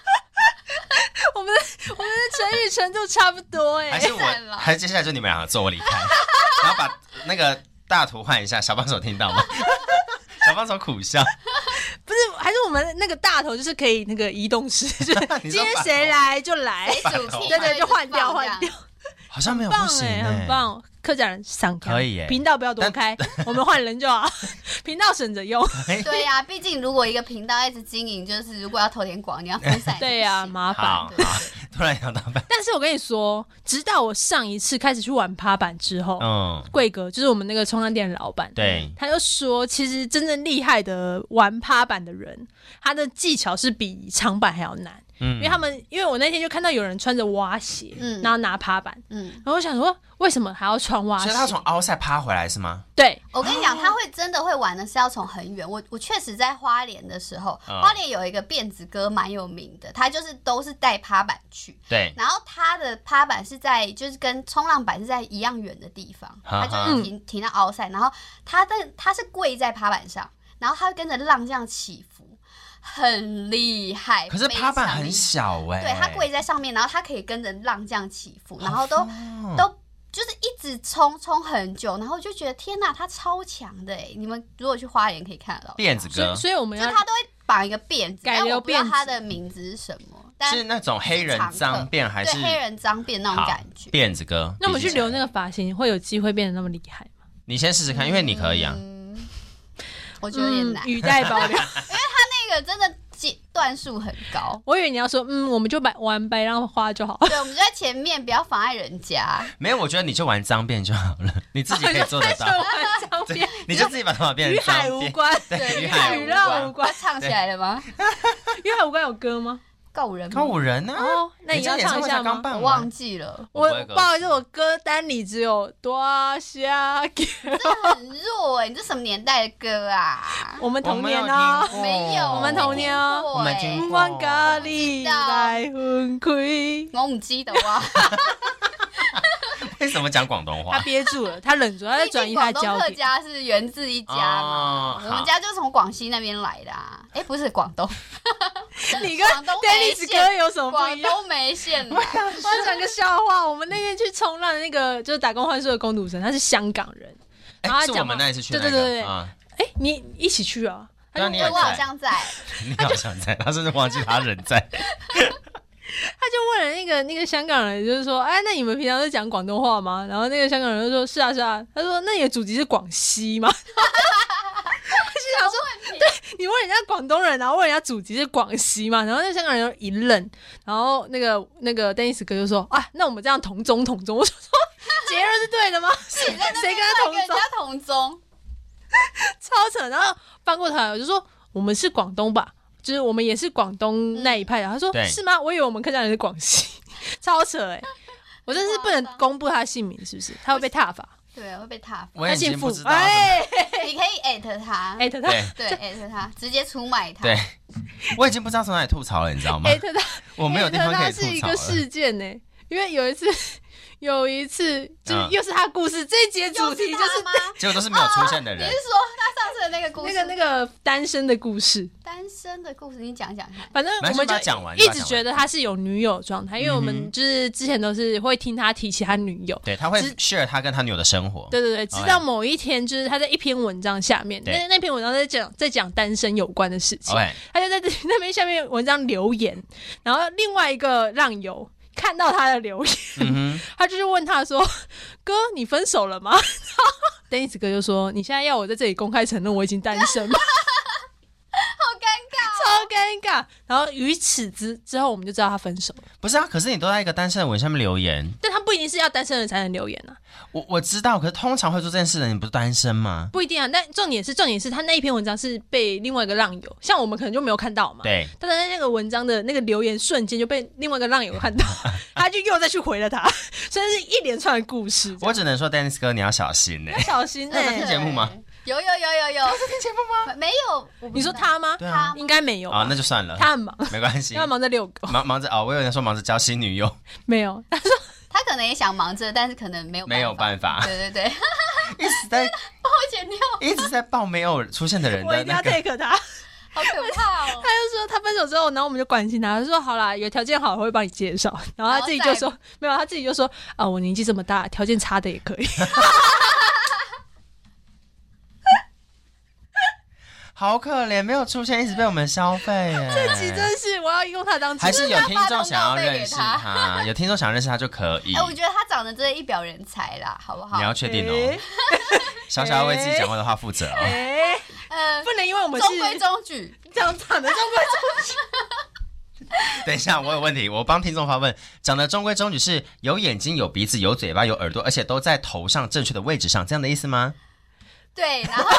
S3: 我们的我们的成语程度差不多哎、
S2: 还是
S1: 散了
S2: 我，还是接下来就你们两个坐我离开，然后把那个大图换一下。小帮手听 到吗？小帮手苦笑，
S3: 不是，还是我们那个大头就是可以那个移动式，就是
S2: 你
S3: 今
S2: 说
S3: 天
S2: 把哦
S3: 谁来就来，
S1: 谁主
S2: 头
S1: 题
S3: 对对，就换掉换掉，，
S2: 好像没有不
S3: 棒
S2: 行、
S3: 哎，
S2: 欸，
S3: 很。棒。客家人上纲
S2: 可以欸
S3: 频道不要多开， 我们换人就好，频道省 着用。
S2: 哎
S1: 对呀、毕竟如果一个频道一直经营，就是如果要投点广，你要分散，
S3: 对呀、麻烦
S2: 好。
S1: 对对对
S2: 突然 想到办，
S3: 但是我跟你说，直到我上一次开始去玩趴板之后，
S2: 嗯，
S3: 贵哥就是我们那个冲浪店的老板，
S2: 对
S3: 他就说，其实真正厉害的玩趴板的人，他的技巧是比长板还要难，
S2: 嗯
S3: 因为他们因为我那天就看到有人穿着蛙鞋，
S1: 嗯
S3: 然后拿爬板，
S1: 嗯，
S3: 然后我想说为什么还要穿蛙
S2: 所
S3: 鞋？
S2: 以他从奥赛趴回来是吗？
S3: 对，
S1: 我跟你讲，他会真的会玩的是要从很远。我我确实在花莲的时候，
S2: 嗯
S1: 花莲有一个辫子哥蛮有名的，他就是都是带趴板去，
S2: 对，
S1: 然后他的趴板是在就是跟冲浪板是在一样远的地方，
S2: 哈哈
S1: 他就是停停到凹赛，然后他的他是跪在趴板上，然后他会跟着浪这样起伏，很厉害。
S2: 可是
S1: 非
S2: 趴板
S1: 常厉
S2: 很
S1: 害
S2: 小哎、
S1: 对，它跪在上面，然后它可以跟着浪这样起伏，然后都、
S2: 哦
S1: 都就是一直冲冲很久，然后就觉得天呐，它超强的哎！你们如果去花莲可以看得到，
S2: 辫子
S3: 所
S2: 哥
S3: 以所以我们
S1: 就
S3: 要
S1: 它都会绑一个辫子，
S3: 改
S1: 但
S3: 留
S1: 我不知道
S3: 辫
S1: 它
S3: 子
S1: 的名字是什么，但
S2: 是那种黑人脏辫还是
S1: 对黑人脏辫那种
S2: 好
S1: 感觉。
S2: 辫子哥？
S3: 那我们去留那
S2: 个，
S3: 个发型，会有机会变得那么厉害吗？
S2: 你先试试看，因为你可以啊。
S1: 嗯，我觉得有点难，
S3: 语带保 留。。
S1: 那个真的阶段数很高
S3: 我以为你要说，嗯，我们就白玩白浪花 就好。
S1: 对，我们就在前面，不要妨碍人 家。
S2: 没有，我觉得你就玩脏辫就好了，你自己可以做 得到，
S3: 玩照片，
S2: 你就自己把头发变
S3: 与
S2: 成脏
S3: 海无
S2: 辫。
S3: 关，
S1: 对，
S2: 与
S1: 与
S2: 海
S1: 海
S2: 无
S1: 无
S2: 关
S1: 关。关唱起来了吗？
S3: 与海无关有歌吗？
S1: 告五人吗
S2: 高五人呢、啊？
S3: 哦，那你要
S2: 这演唱
S3: 唱一
S2: 会
S3: 下
S2: 才刚
S3: 吗？
S1: 我
S2: 办完
S1: 忘， 记了，
S2: 我
S3: 我
S2: 不会歌
S3: 不好意思，我歌单里只有多虾给，
S1: 这很弱哎、你这什么年代的歌啊？
S3: 我们
S2: 我
S3: 童
S2: 没有
S3: 年哦
S2: 听，过
S1: 没有，欸
S2: 我
S3: 们童年哦
S1: 我
S2: 我们
S1: 没听
S2: 听
S1: 过
S2: 过
S3: 万咖喱
S1: 我知道
S3: 来分开。
S1: 欸我唔记得哇，
S2: 为什么讲广东
S3: 他
S2: 话？
S3: 憋住了，他忍住， 他在转
S1: 毕竟
S3: 移他
S1: 广
S3: 的
S1: 东
S3: 焦
S1: 客
S3: 点。
S1: 家是源自一家嘛，
S2: 哦
S1: 我们家就是从广西那边来的、啊。哎、不是广东，
S3: 你跟
S1: 广东
S3: Dennis
S1: 梅
S3: 哥
S1: 县
S3: 有什么不
S1: 广
S3: 一样？
S1: 东梅县啦。
S3: 我要讲个笑话，我们那天去冲浪的那个就是打工换宿的工读生，他是香港人，
S2: 哎
S3: 然后他
S2: 是
S3: 讲
S2: 我们
S3: 话
S2: 那一次去那
S3: 对
S2: 个，
S3: 对对对
S2: 啊，
S3: 哎、你一起去啊？他
S2: 对啊
S3: 就
S2: 你
S1: 对，
S2: 也
S1: 我好像在，
S2: 你好像在，他甚至忘记他人 在。
S3: 他就问了那个那个香港人，就是说，哎，那你们平常都讲广东话吗？然后那个香港人就说，是啊是啊。他说，那你的祖籍是广西吗？
S1: 是想说对，
S3: 你问人家广东人，然啊后问人家祖籍是广西嘛？然后那香港人就一愣，然后那个那个 Dennis 哥就说，啊，那我们这样同宗同宗。我说， 结论是对的吗？谁
S1: 你在那
S3: 谁
S1: 边
S3: 跟他
S1: 乱
S3: 同
S1: 跟人
S3: 宗？
S1: 家同宗，
S3: 超扯。然后翻过头来我就说，我们是广东吧？就是我们也是广东那一派的。他说
S2: 嗯对
S3: 是吗？我以为我们客家人是广西， 超扯哎、我真是不能公布他的姓名，是不是？他会被踏伐，
S1: 对，会被踏伐。
S2: 我
S3: 他
S2: 已
S3: 姓
S2: 经
S3: 傅
S2: 不知，道了。
S3: 哎
S1: 你可以艾特他，
S3: 艾特他，
S2: 对
S1: 对，艾特他，直接出卖他。
S2: 对，我已经不知道从哪里吐槽了，你知道吗
S3: 艾？哎特他，哎
S2: 我没有地方可
S3: 他
S2: 以
S3: 是一
S2: 吐槽
S3: 个
S2: 了。
S3: 事件呢、因为有一次， 有一次就是
S2: 嗯
S3: 又是他故事，这一节主
S1: 又
S3: 题
S1: 是
S3: 就
S1: 他
S3: 是
S1: 吗？
S2: 结果都是没有出现
S3: 啊
S2: 的
S1: 你
S2: 人
S1: 是，说他上次的那个故
S3: 那
S1: 事？
S3: 个那个单身的故事。
S1: 单身的故事，你讲讲看。
S3: 反正我
S2: 没关系
S3: 们就
S2: 把它讲完
S3: 一
S2: 把它
S3: 直
S2: 讲
S3: 觉得他是有女友状态，因为我
S2: 嗯哼
S3: 们就是之前都是会听他提起他女友，
S2: 对他会
S3: 只
S2: share 他跟他女友的生活。
S3: 对对对，直到某一天，就是他在一篇文章下面，
S2: 对
S3: 那那篇文章在讲在讲单身有关的事情，
S2: OK，
S3: 他就在这那边下面文章留言，然后另外一个浪友看到他的留言，
S2: 嗯哼，
S3: 他就是问他说：“哥，你分手了吗？” 丹尼斯哥就说：“你现在要我在这里公开承认我已经单身吗？”
S1: 好尴尬，
S3: 超尴尬。然后于此之之后，我们就知道他分手了。
S2: 不是啊，可是你都在一个单身的文下面留言，
S3: 但他不一定是要单身人才能留言啊，
S2: 我我知道，可是通常会做这件事的人，你不是单身吗？
S3: 不一定啊。但重点是，重点是他那一篇文章是被另外一个浪友，像我们可能就没有看到嘛。
S2: 对，
S3: 但是那个文章的那个留言瞬间就被另外一个浪友 看到，他就又再去回了他，所以是一连串的故事。
S2: 我只能说，Dennis 哥你要小心欸呢、
S3: 要小心欸
S2: 那
S3: 呢、
S2: 他听起来节目吗
S1: 对？有有有有有，是听节目吗？没有，我不
S3: 你
S1: 知
S3: 说
S1: 道
S3: 他吗？
S2: 对啊，
S3: 应该没有吧
S2: 啊，那就算了，
S3: 他很忙，
S2: 没关系
S3: 他，忙着遛狗，
S2: 忙忙着哦，我有人说忙着交新女 友，
S3: 没有。
S1: 他可能也想忙着，但是可能没有
S2: 没有办法，
S1: 对对对， 我
S2: 一直在
S1: 剪掉，
S2: 一直在报没有出现的人
S3: 我一
S2: 的
S3: 定要
S2: 那个，
S3: take 他，
S1: 好可怕哦
S3: 他。就说他分手之后，然后我们就关心他，他说好啦，有条件好我会帮你介绍，然后他自己就说没有，他自己就说啊，我年纪这么大，条件差的也 可以，
S2: 好可怜，没有出现，一直被我们消费耶。
S3: 这集真是我要用他当
S2: 还是有听众想要认识
S1: 就是他
S2: 他，有听众想认识他就可以。
S3: 哦
S1: 哎，我觉得他长得真的一表人才啦，好不好
S2: 你？要确定哦，小小要为自己讲话的话负责
S3: 哎、
S2: 哦。
S3: 哎
S1: 呃，
S3: 不能因为我们是
S1: 中规中矩，
S3: 长长得中规
S2: 等一下，我有问题，我帮听众发问。长得中规中矩是有眼睛、有鼻子、有嘴巴、有耳朵，而且都在头上正确的位置上，这样的意思吗？
S1: 对，然后。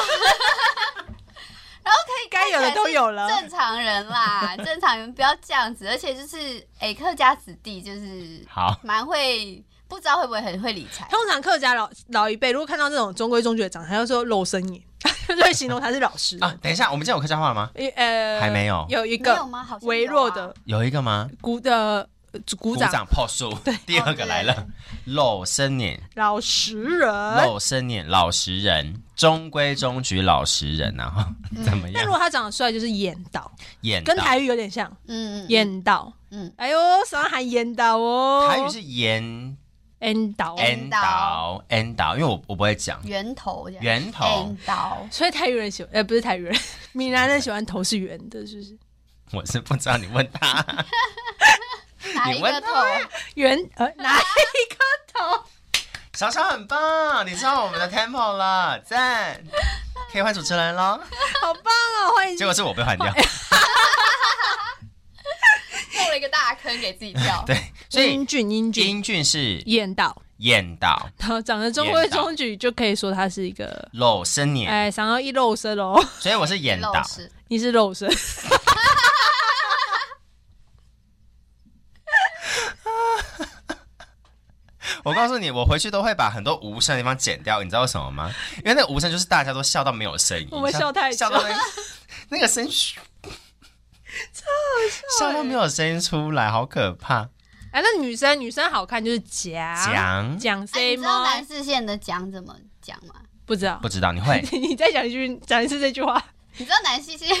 S1: 然后可以
S3: 该有的都有 了
S1: 正常人 啦，正常人不要这样子，而且就是哎，客家子弟就是
S2: 好，
S1: 蛮会，不知道会不会很会理财。
S3: 通常客家老老一辈，如果看到这种中规中矩的长相，他就说肉身眼， 就会形容他是老师
S2: 啊，等一下，我们今天有客家话了吗？
S3: 一呃，
S2: 还没有
S3: 有一
S1: 没有
S3: 个
S1: 吗？好像
S3: 微
S1: 有啊
S3: 弱的
S2: 有一个吗？
S3: 鼓的呃鼓掌
S2: 破树，第二个来了，老生年，
S3: 老实人。
S2: 老生年，老实人，中规中矩，老实人啊，哈怎么
S3: 嗯那
S2: 样
S3: 如？果他长得帅，就是眼导，
S2: 演
S3: 跟
S2: 到
S3: 台语有点像，
S1: 嗯，嗯
S3: 眼导。
S1: 嗯，
S3: 哎呦，手上喊眼导哦，
S2: 台语是哎演
S3: 眼导，
S2: 演导演导，因为我我不会讲
S1: 源头这样，哎
S2: 源头，
S1: 刀，
S3: 所以台语人喜欢，呃，不是台语人，闽南人喜欢头是圆的，是不是？
S2: 我是不知道，你问 他。
S1: 哪一个
S2: 问
S1: 头？
S3: 圆 呃哪一个头？
S2: 小小很棒，你知道我们的 tempo 了，赞！可以换主持人喽。
S3: 好棒哦，欢迎
S2: 结果是我被换掉，
S1: 破了一个大坑给自己 跳。
S2: 对，所以
S3: 英俊英俊
S2: 英俊是
S3: 眼导，
S2: 艳到
S3: 然后长得中规中矩，就可以说他是一个
S2: 露生年，
S3: 哎，想要一肉身哦，
S2: 所以我是艳
S1: 老
S2: 到。
S1: 师，
S3: 你是肉身，
S2: 我告诉你，我回去都会把很多无声的地方剪掉，你知道为什么吗？因为那个无声就是大家都笑到没有声音，
S3: 我们笑太久
S2: 笑到那个那个声音，嘘笑到没有声音出来，好可怕。
S3: 哎，那女生女生好看就是讲
S2: 讲
S3: 讲
S1: 哎，你
S3: C
S1: 知道
S3: 吗？
S1: 南四线的讲怎么讲吗？
S3: 不知道，
S2: 不知道你会
S3: 你再讲一句，讲一次这句话，
S1: 你知道南四线？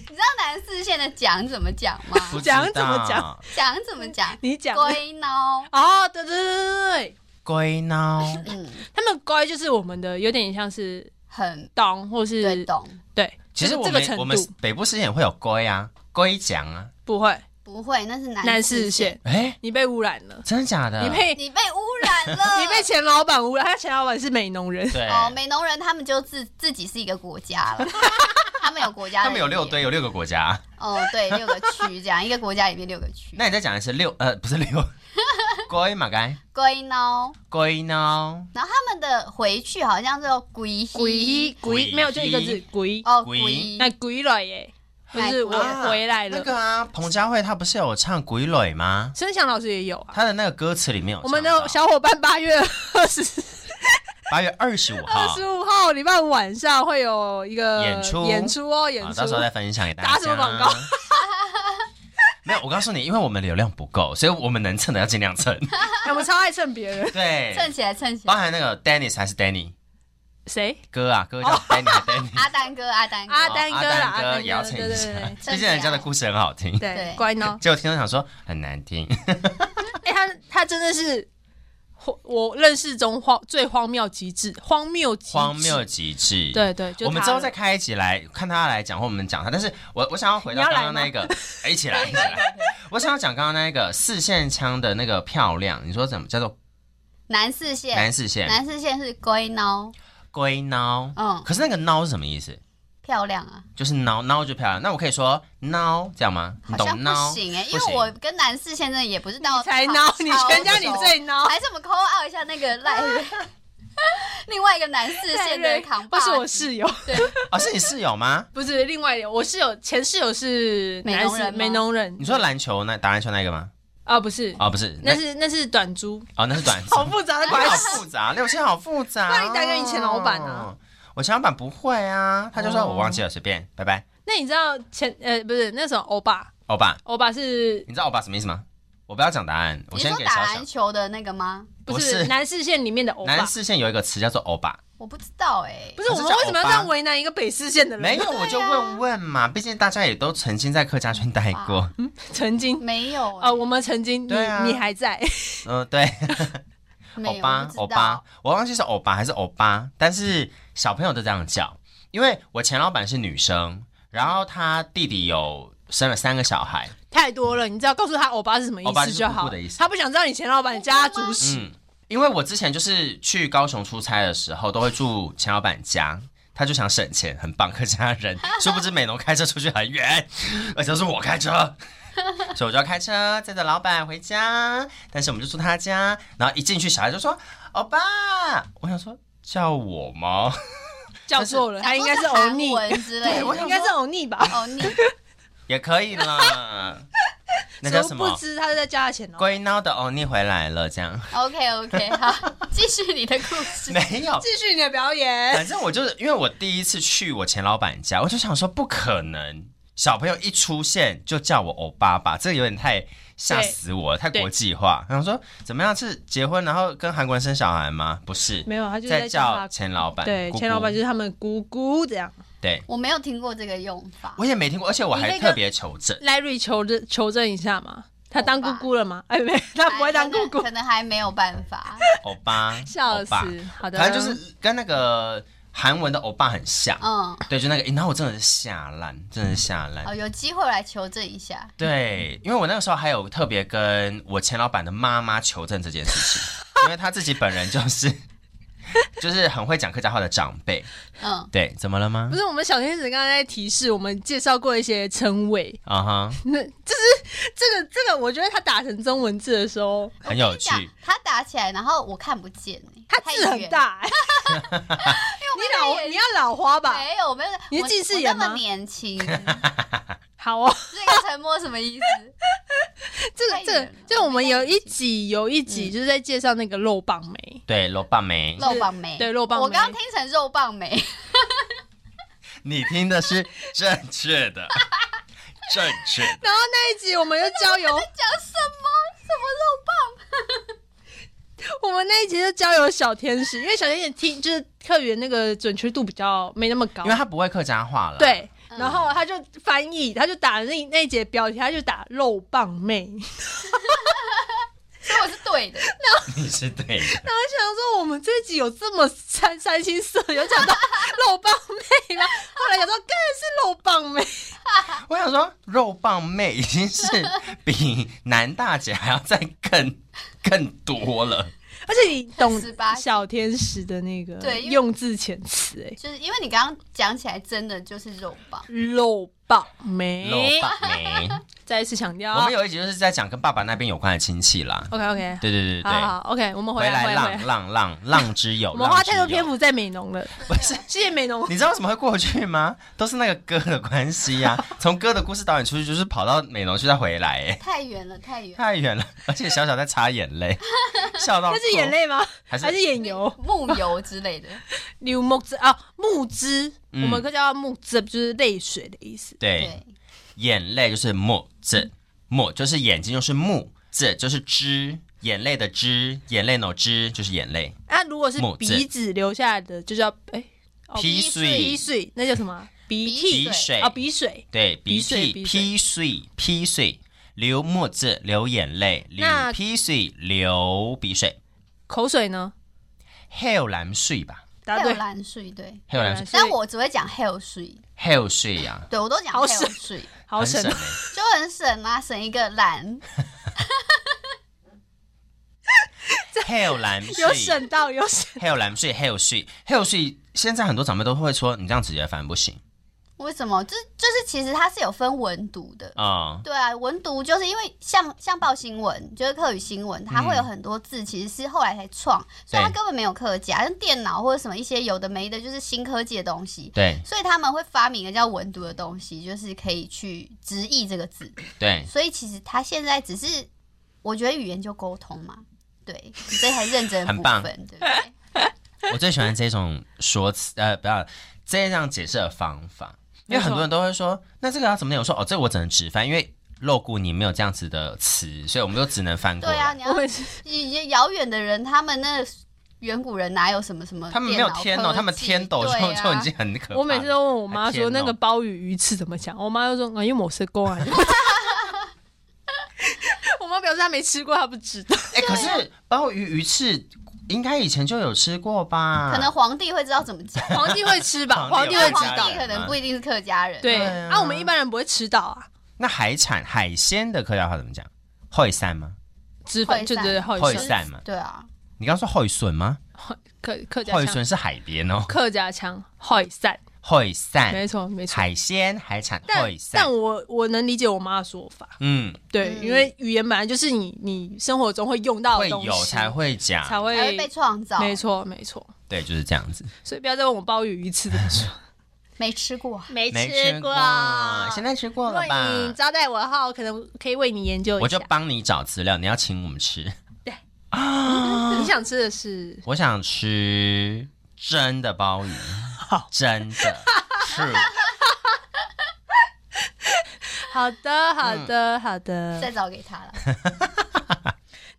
S1: 你知道南四线的讲怎么讲吗？
S2: 不知
S3: 讲
S2: 道
S3: 怎么讲？
S1: 讲怎么讲？
S3: 你讲
S1: 龟孬，
S3: 哦，对对对对对，
S2: 龟孬，
S1: 嗯，
S3: 他们乖就是我们的，有点像是
S1: 很
S3: 当
S1: 对
S3: 或是
S1: 懂，
S3: 对，
S2: 其实
S3: 就是
S2: 我
S3: 这个
S2: 们
S3: 程
S2: 我们
S3: 度
S2: 北部之前也会有龟啊，龟讲啊，
S3: 不会
S1: 不会，那是南
S3: 南
S1: 四
S3: 四
S1: 线，
S3: 线，
S2: 哎、
S3: 你被污染了，
S2: 真的假的？
S3: 你被
S1: 你被污染了，
S3: 你被前老板污染，他前老板是美农人，
S2: 对，
S1: 哦，美农人他们就自自己是一个国家 了，他们有国家，
S2: 他们有六堆，，有六个国家。啊
S1: 哦，对，六个区这样，一个国家里面六个区，
S2: 那你再讲一次六呃，不是六， 龟嘛该
S1: 龟孬，
S2: 龟孬，
S1: 然后他们的回去好像叫鬼
S3: 鬼鬼
S2: 鬼
S3: 没有就一个字鬼，
S1: 哦
S2: 鬼
S1: 鬼，
S3: 那鬼来耶，
S1: 哎
S3: 就是我回来
S2: 那
S3: 了。
S2: 个啊，彭佳慧她不是有唱《鬼磊》吗？
S3: 声响老师也有啊，
S2: 她的那个歌词里面有唱到。
S3: 我们的小伙伴八月二十
S2: 八月二十五号
S3: 二十五号礼拜五晚上会有一个
S2: 啊演出
S3: 演出哦，演
S2: 啊，
S3: 出
S2: 到时候再分享给大家。
S3: 打什么广告？
S2: 没有，我告诉你，因为我们流量不够，所以我们能蹭的要尽量蹭。
S3: 哎我们超爱蹭别 人，
S2: 对，哦
S1: 蹭起来蹭起
S2: 包
S1: 来，
S2: 含那个 Dennis 还是 Danny
S3: 谁？
S2: 哥啊，哥叫 Danny 还是 Danny。哦
S1: 阿丹哥阿丹哥，
S3: 哦 阿丹哥啦，
S2: 阿丹
S3: 阿丹
S2: 哥也要
S3: 哥，
S2: 蹭
S3: 对
S2: 一
S3: 对
S2: 下
S3: 对
S1: 蹭
S2: 毕
S1: 起
S2: 竟
S1: 来
S2: 人家的故事很好听。
S3: 对对
S1: 对，
S3: 乖呢。
S2: 结果听众想说很难 听，
S3: 哎，他他真的是我我认识中荒最荒谬极致，荒谬极致
S2: 荒谬，极致。
S3: 对对，就
S2: 我们
S3: 他
S2: 之后
S3: 了
S2: 再开一集来看他来讲，或我们讲他。但是我我想要回到
S3: 你要
S2: 刚
S3: 来
S2: 刚那一个， 哎一起来一起来。 我想要讲刚刚那一个四线腔的那个漂亮，你说怎么叫做
S1: 南四线，
S2: 南四
S1: 南
S2: 线
S1: 四线是龟孬，
S2: 龟孬？
S1: 嗯，
S2: 可是那个孬是什么意思？
S1: 漂亮啊，
S2: 就是孬孬就漂亮。那我可以说孬这样吗？你
S1: 好
S2: 懂
S1: 像不
S2: 孬？
S1: 行哎，因
S2: 不行
S1: 为我跟南四线真的也不是到
S3: 才
S1: 超
S3: 孬，你全家你
S1: 超熟
S3: 最 孬，
S1: 还是我们 call out 一下那个赖瑞， 另外一个南四线的扛
S3: 不
S1: 把
S3: 是
S1: 子，
S3: 我室友，
S2: 哦，是你室友吗？
S3: 不是另外一个，我室友前室友是
S1: 美
S3: 男
S1: 浓
S3: 士
S1: 人吗
S3: 美农人
S2: 你说篮球那打篮球那个吗？
S3: 啊，不是，
S2: 哦，不是，
S3: 那是那是短租，
S2: 哦那是短
S3: 好复杂的
S2: 哇
S3: 关
S2: 好
S3: 系。
S2: 复杂，六亲好复杂、哦。
S3: 那你打给你前老板啊？
S2: 我前老板不会啊，他就说
S3: 哦
S2: 我忘记了，随便，拜拜。
S3: 那你知道前呃不是那时候欧巴，
S2: 欧巴，
S3: 欧巴是
S2: 你知道欧巴什么意思吗？我不要讲答案，我
S1: 你
S2: 先
S1: 说
S2: 给
S1: 打
S2: 小小
S1: 篮。球的那个吗？
S3: 不
S2: 不
S3: 是
S2: 是
S3: 南市县里面的欧
S2: 南
S3: 巴？
S2: 四线有一个词叫做欧巴，
S1: 我不知道哎
S3: 不，是
S2: 还
S3: 我
S2: 是
S3: 们
S2: 叫
S3: 为什么
S2: 欧
S3: 要这
S2: 巴
S3: 样为难一个北市县的
S1: 啊
S3: 人？
S2: 没有我就问问嘛，毕竟大家也都曾经在客家圈待过。
S3: 曾经
S1: 没有
S3: 呃，
S1: 哦，
S3: 我们曾经你
S2: 对啊
S3: 你还在，
S2: 嗯，对，
S1: 没有，
S2: 欧
S1: 我
S2: 巴
S1: 不，
S2: 欧
S1: 知
S2: 巴
S1: 道。，
S2: 我忘记是欧巴还是欧巴，但是小朋友都这样叫，因为我前老板是女生，然后她弟弟有生了三个小孩，
S3: 太多了，你只要告诉他欧巴是什么意
S2: 欧巴
S3: 思
S2: 就是姑姑
S3: 好
S2: 的意。思
S3: 他不想知道你前老板家族史，
S2: 嗯，因为我之前就是去高雄出差的时候，都会住钱老板家。他就想省钱，很棒，客家人。殊不知美农开车出去很远，而且都是我开车， 所以我就要开车载着老板回家。但是我们就住他家，然后一进去，小孩就说：“欧巴。”我想说叫我吗？
S3: 叫错了，
S1: 想
S3: 他应该
S1: 说
S3: 是欧
S1: 韩
S3: 尼，
S1: 文之类
S3: 对，
S1: 的，
S2: 我想
S3: 应该是欧尼吧？
S1: 欧尼
S2: 也可以啦。那叫什
S3: 殊不
S2: 么？
S3: 知他是在加钱哦。
S2: 龟孬的欧尼回来了，这 样
S1: OK OK，好，继续你的故事。
S2: 没有。
S3: 继续你的表 演，
S2: 反正我就是因为我第一次去我前老板家，我就想说不可能，小朋友一出现就叫我欧巴吧，这个有点太吓死我了，太国际化。然后说怎么样是结婚，然后跟韩国人生小孩吗？不是，
S3: 没有，他就是
S2: 在
S3: 在
S2: 叫
S3: 他
S2: 前老板，
S3: 对，
S2: 姑姑
S3: 钱老板就是他们姑姑这样。
S2: 对，
S1: 我没有听过这个用法，
S2: 我也没听过，而且我
S3: 你
S2: 还
S3: 那个
S2: 特别求证。
S3: Larry 求证求证一下嘛，他当姑
S1: 欧巴
S3: 姑了吗？哎， 没，他不会当姑
S1: 可能
S3: 姑
S1: 可，能还没有办法。
S2: 欧 巴，
S3: 笑
S2: 欧巴
S3: 死。好的，
S2: 反正就是跟那个韩文的欧巴很像，
S1: 嗯，
S2: 对，就那个音，然后我真的是吓烂，真的是吓烂。
S1: 哦，有机会来求证一下。
S2: 对，因为我那个时候还有特别跟我前老板的妈妈求证这件事情，因为她自己本人就是就是很会讲客家话的长辈。
S1: 嗯，
S2: 对，怎么了吗
S3: 不？是我们小天使刚才在提示，我们介绍过一些称谓，
S2: 啊哈，
S3: 那就是这个这个，我觉得他打成中文字的时候，
S2: 很有趣
S1: 我跟你讲他打起来，然后我看不见欸
S3: 他
S1: 太
S3: 字很
S1: 远
S3: 大、欸， 你老你要老花吧？
S1: 没有没有，
S3: 啊你是
S1: 我
S3: 近视
S1: 我
S3: 眼
S1: 那
S3: 吗
S1: 么年轻，这
S3: 好哦，
S1: 个沉默什么意 思？
S3: 这个
S1: 太
S3: 这
S1: 远
S3: 个
S1: 了，
S3: 就我们有一集有一集就是在介绍那个肉棒梅，
S2: 对，罗爸梅，
S1: 肉棒梅，
S3: 对肉棒梅
S1: 我刚听成肉棒 梅，
S2: 你听的是正确的，正确的。
S3: 然后那一集我们就交
S1: 讲
S3: 由
S1: 什么什么肉棒？
S3: 我们那一集就交由小天使，因为小天使听就是客语的那个准确度比较没那么高
S2: 因为，他不会客家话了，，
S3: 对。
S1: 嗯
S3: 然后他就翻译，他就打那那一节标题，他就打“肉棒 妹”，
S1: 所以我是对的，
S2: 你是对的。
S3: 然后想说，我们这一集有这么三三星色，有讲到肉棒妹吗？后来想说，更是肉棒妹，
S2: 我想说，肉棒妹已经是比南大姐还要再更更多了。
S3: 而且你懂
S1: 18
S3: 小天使的那个
S1: 对因为
S3: 用字遣词，哎，
S1: 就是因为你刚刚讲起来，真的就是肉棒。
S3: 肉棒妹，
S2: 肉棒妹，
S3: 再一次强调
S2: 我们有一集就是在讲跟爸爸那边有关的亲戚啦。
S3: ，OK OK，
S2: 对对对对
S3: 好
S2: 对，
S3: 好 OK，我们回
S2: 回来
S3: 来回来
S2: 浪
S3: 回来，
S2: 浪浪浪之友，
S3: 我们花
S2: 浪之
S3: 太多
S2: 友
S3: 篇。幅在美农了，不是，谢谢美农，
S2: 你知道为什么会过去吗？都是那个歌的关系呀、从歌的故事导演出去，就是跑到美容去再回来，哎，
S1: 太远了，太远。
S2: 太远了。而且小小在擦眼泪，笑 到
S3: 那是眼泪吗？
S2: 还是
S3: 还是眼油？
S1: 木油之类 的，
S3: 流木汁啊，木汁，
S2: 嗯
S3: 我们可以叫它木汁，就是泪水的意思。
S2: 对
S1: 对，
S2: 眼泪就是目这目就是眼睛就是目这就是之眼泪的之眼泪 no 之就是眼泪
S3: 那、啊如果是
S2: 木质
S3: 鼻子流下来的，就叫哎，哦
S2: 鼻水
S3: 鼻水，那叫什么？鼻涕
S2: 鼻水
S3: 啊，鼻水。
S2: 对鼻
S3: 鼻水
S2: 涕
S3: 鼻水
S2: 批水批水流墨汁流眼泪流
S3: 那
S2: 批水流鼻水。
S3: 口水呢？
S2: hail 蓝水吧
S3: 答
S1: 还有
S3: 对。
S1: 蓝水对，
S2: ，hail 蓝水
S3: 所以
S1: 但我只会讲 hell 水，
S2: ，hail 水呀、
S1: 对我都讲
S3: 好省
S1: hell 水，
S3: 好
S2: 啊很
S3: 省
S2: 省
S3: 哦，
S2: 欸
S1: 就很省啊，省一个蓝。
S2: ，hail 蓝
S3: 有
S2: 水
S3: 省到有省。
S2: ，hail 蓝水，hail 水，hail 水。现在很多长辈都会说，你这样直接翻不行
S1: 为什么？就就是其实它是有分文读的。
S2: 啊、嗯
S1: 对啊，文读就是因为像像报新闻，就是客语新闻，它会有很多字其实是后来才创，所以它
S2: 嗯对
S1: 根本没有客家，像电脑或者什么一些有的没的，就是新科技的东西，
S2: 对
S1: 所以他们会发明一个叫文读的东西，就是可以去直译这个字。
S2: 对，
S1: 所以其实他现在只是，我觉得语言就沟通嘛，对，这才是认真的
S2: 很
S1: 部
S2: 棒
S1: 分，对不对？
S2: 我最喜欢这种说辞，呃，不要这样解释的方法，因为很多人都会说，那这个要怎么念？我说哦，这个我只能直翻，因为露骨你没有这样子的词，所以我们就只能翻过
S1: 对啊，
S2: 来。
S1: 你
S3: 我
S1: 要
S3: 们是
S1: 你你遥远的人，他们那远古人哪有什么什
S3: 呃
S1: 么
S2: 他
S1: 电
S2: 们
S1: 脑科技？
S2: 没有天哦，他们天斗就、
S1: 对啊
S2: 就已经很可怕了。
S3: 我每次都问我妈
S2: 天
S3: 说
S2: 哦
S3: 那个鲍鱼鱼翅怎么讲，我妈就说啊，因 为我是公安。我妈表示她没吃过，她不知道。
S2: 哎、可是鲍鱼鱼翅应该以前就有吃过吧？
S1: 可能皇帝会知道怎么讲，
S3: 皇帝会吃吧？
S2: 皇
S3: 皇
S2: 帝
S3: 帝
S2: 有
S3: 会
S1: 但
S3: 知
S1: 皇
S2: 客家
S3: 道
S1: 帝
S2: 人。
S1: 可能
S2: 嘛
S1: 不一定是客家人。嗯
S3: 对
S2: 对啊
S3: 啊，我们一般人不会吃到啊，
S2: 那海产海鲜的客家话怎么讲？会散吗？
S3: 吃粉
S1: 会
S3: 就
S1: 散
S3: 是会
S2: 会
S3: 散
S2: 散嘛？
S1: 对啊，
S2: 你刚刚说会损吗？
S3: 客客家
S2: 会
S3: 腔，
S2: 损是海边哦，
S3: 客家腔会散，
S2: 会散，
S3: 没错没错。
S2: 海鲜海产
S3: 但
S2: 会散
S3: 但。我我能理解我妈的说法，
S2: 嗯，
S3: 对，
S1: 嗯
S3: 因为语言本来就是你你生活中会用到
S2: 会
S3: 的东西，
S2: 有才会讲，
S3: 才
S1: 才会被创造。
S3: 没错没错。
S2: 对，就是这样子。
S3: 所以不要再问我鲍鱼一次怎么说，
S1: 没吃过，
S3: 没
S2: 没吃过，现在吃过
S3: 如果
S2: 了
S3: 你
S2: 吧？
S3: 招待我的话，我可能可以为你研究一下。
S2: 我就帮你找资料，你要请我们吃。啊
S3: 你想吃的是
S2: 我想吃真的鲍鱼，真的 true。
S3: 好的，好的，好
S2: 嗯
S3: 的。
S1: 再找给他了。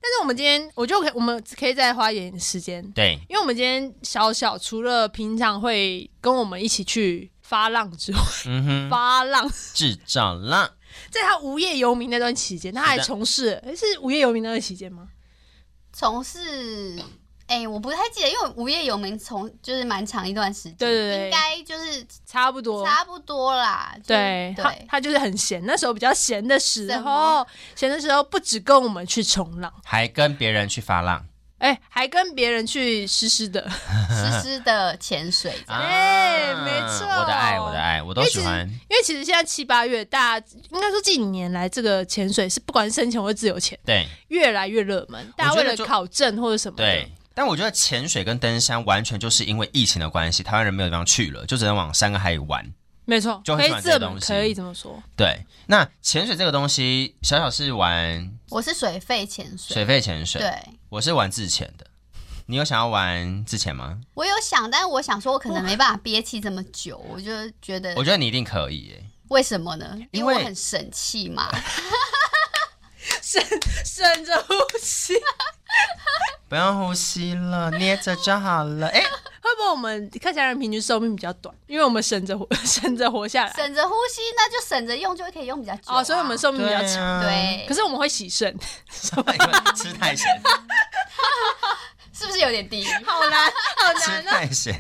S3: 但是我们今天，我就可以，我们可以再花一点时间，
S2: 对，
S3: 因为我们今天小小除了平常会跟我们一起去发浪之外，
S2: 嗯哼，
S3: 发浪
S2: 制造浪，
S3: 在他无业游民那段期间，他还从事，诶是无业游民那段期间吗？
S1: 从事，哎、我不太记得，因为无业游民从就是蛮长一段时间，
S3: 对对对
S1: 应该就是
S3: 差不多。
S1: 差不多啦。就是
S3: 对他，
S1: 对，
S3: 他就是很闲，那时候比较闲的时
S1: 什
S3: 候
S1: 么，
S3: 闲的时候不止跟我们去冲浪，
S2: 还跟别人去发浪
S3: 哎、还跟别人去湿湿的，
S1: 实施的潜水这样。
S3: 哎没错
S2: 啊我的爱，我的爱，我都喜欢。
S3: 因为其实现在七八月，大家应该说近几年来，这个潜水是不管是深潜或是自由潜，
S2: 对
S3: 越来越热门。大家为了考证或者什么的，
S2: 对，但我觉得潜水跟登山完全就是因为疫情的关系，台湾人没有地方去了，就只能往山跟海里玩。
S3: 没错，
S2: 就
S3: 可
S2: 会
S3: 以
S2: 喜欢这
S3: 这
S2: 些
S3: 么
S2: 东西
S3: 可以这 么说。
S2: 对，那潜水这个东西，小小是玩
S1: 我是水肺潜水，
S2: 水肺潜水，
S1: 对
S2: 我是玩自潜的。你有想要玩自潜吗？
S1: 我有想，但是我想说，我可能没办法憋气这么久，我就觉得
S2: 我觉得你一定可以耶。
S1: 为什么呢？
S2: 因
S1: 因
S2: 为
S1: 为我很省气嘛。
S3: 深深着呼吸，
S2: 不用呼吸了，捏着就好了。 哎、
S3: 会不会我们客家人平均寿命比较短？因为我们省着活， 省着活下来。
S1: 省着呼吸，那就省着用，就会可以用比较久、啊。
S3: 哦，所以我们嗯寿命比
S2: 对
S3: 较长。
S2: 啊，
S1: 对，
S3: 可是我们会洗肾，
S2: 因为 吃太 咸，
S1: 是不是有点低？
S3: 好难，好
S2: 吃
S3: 难啊！
S2: 太咸。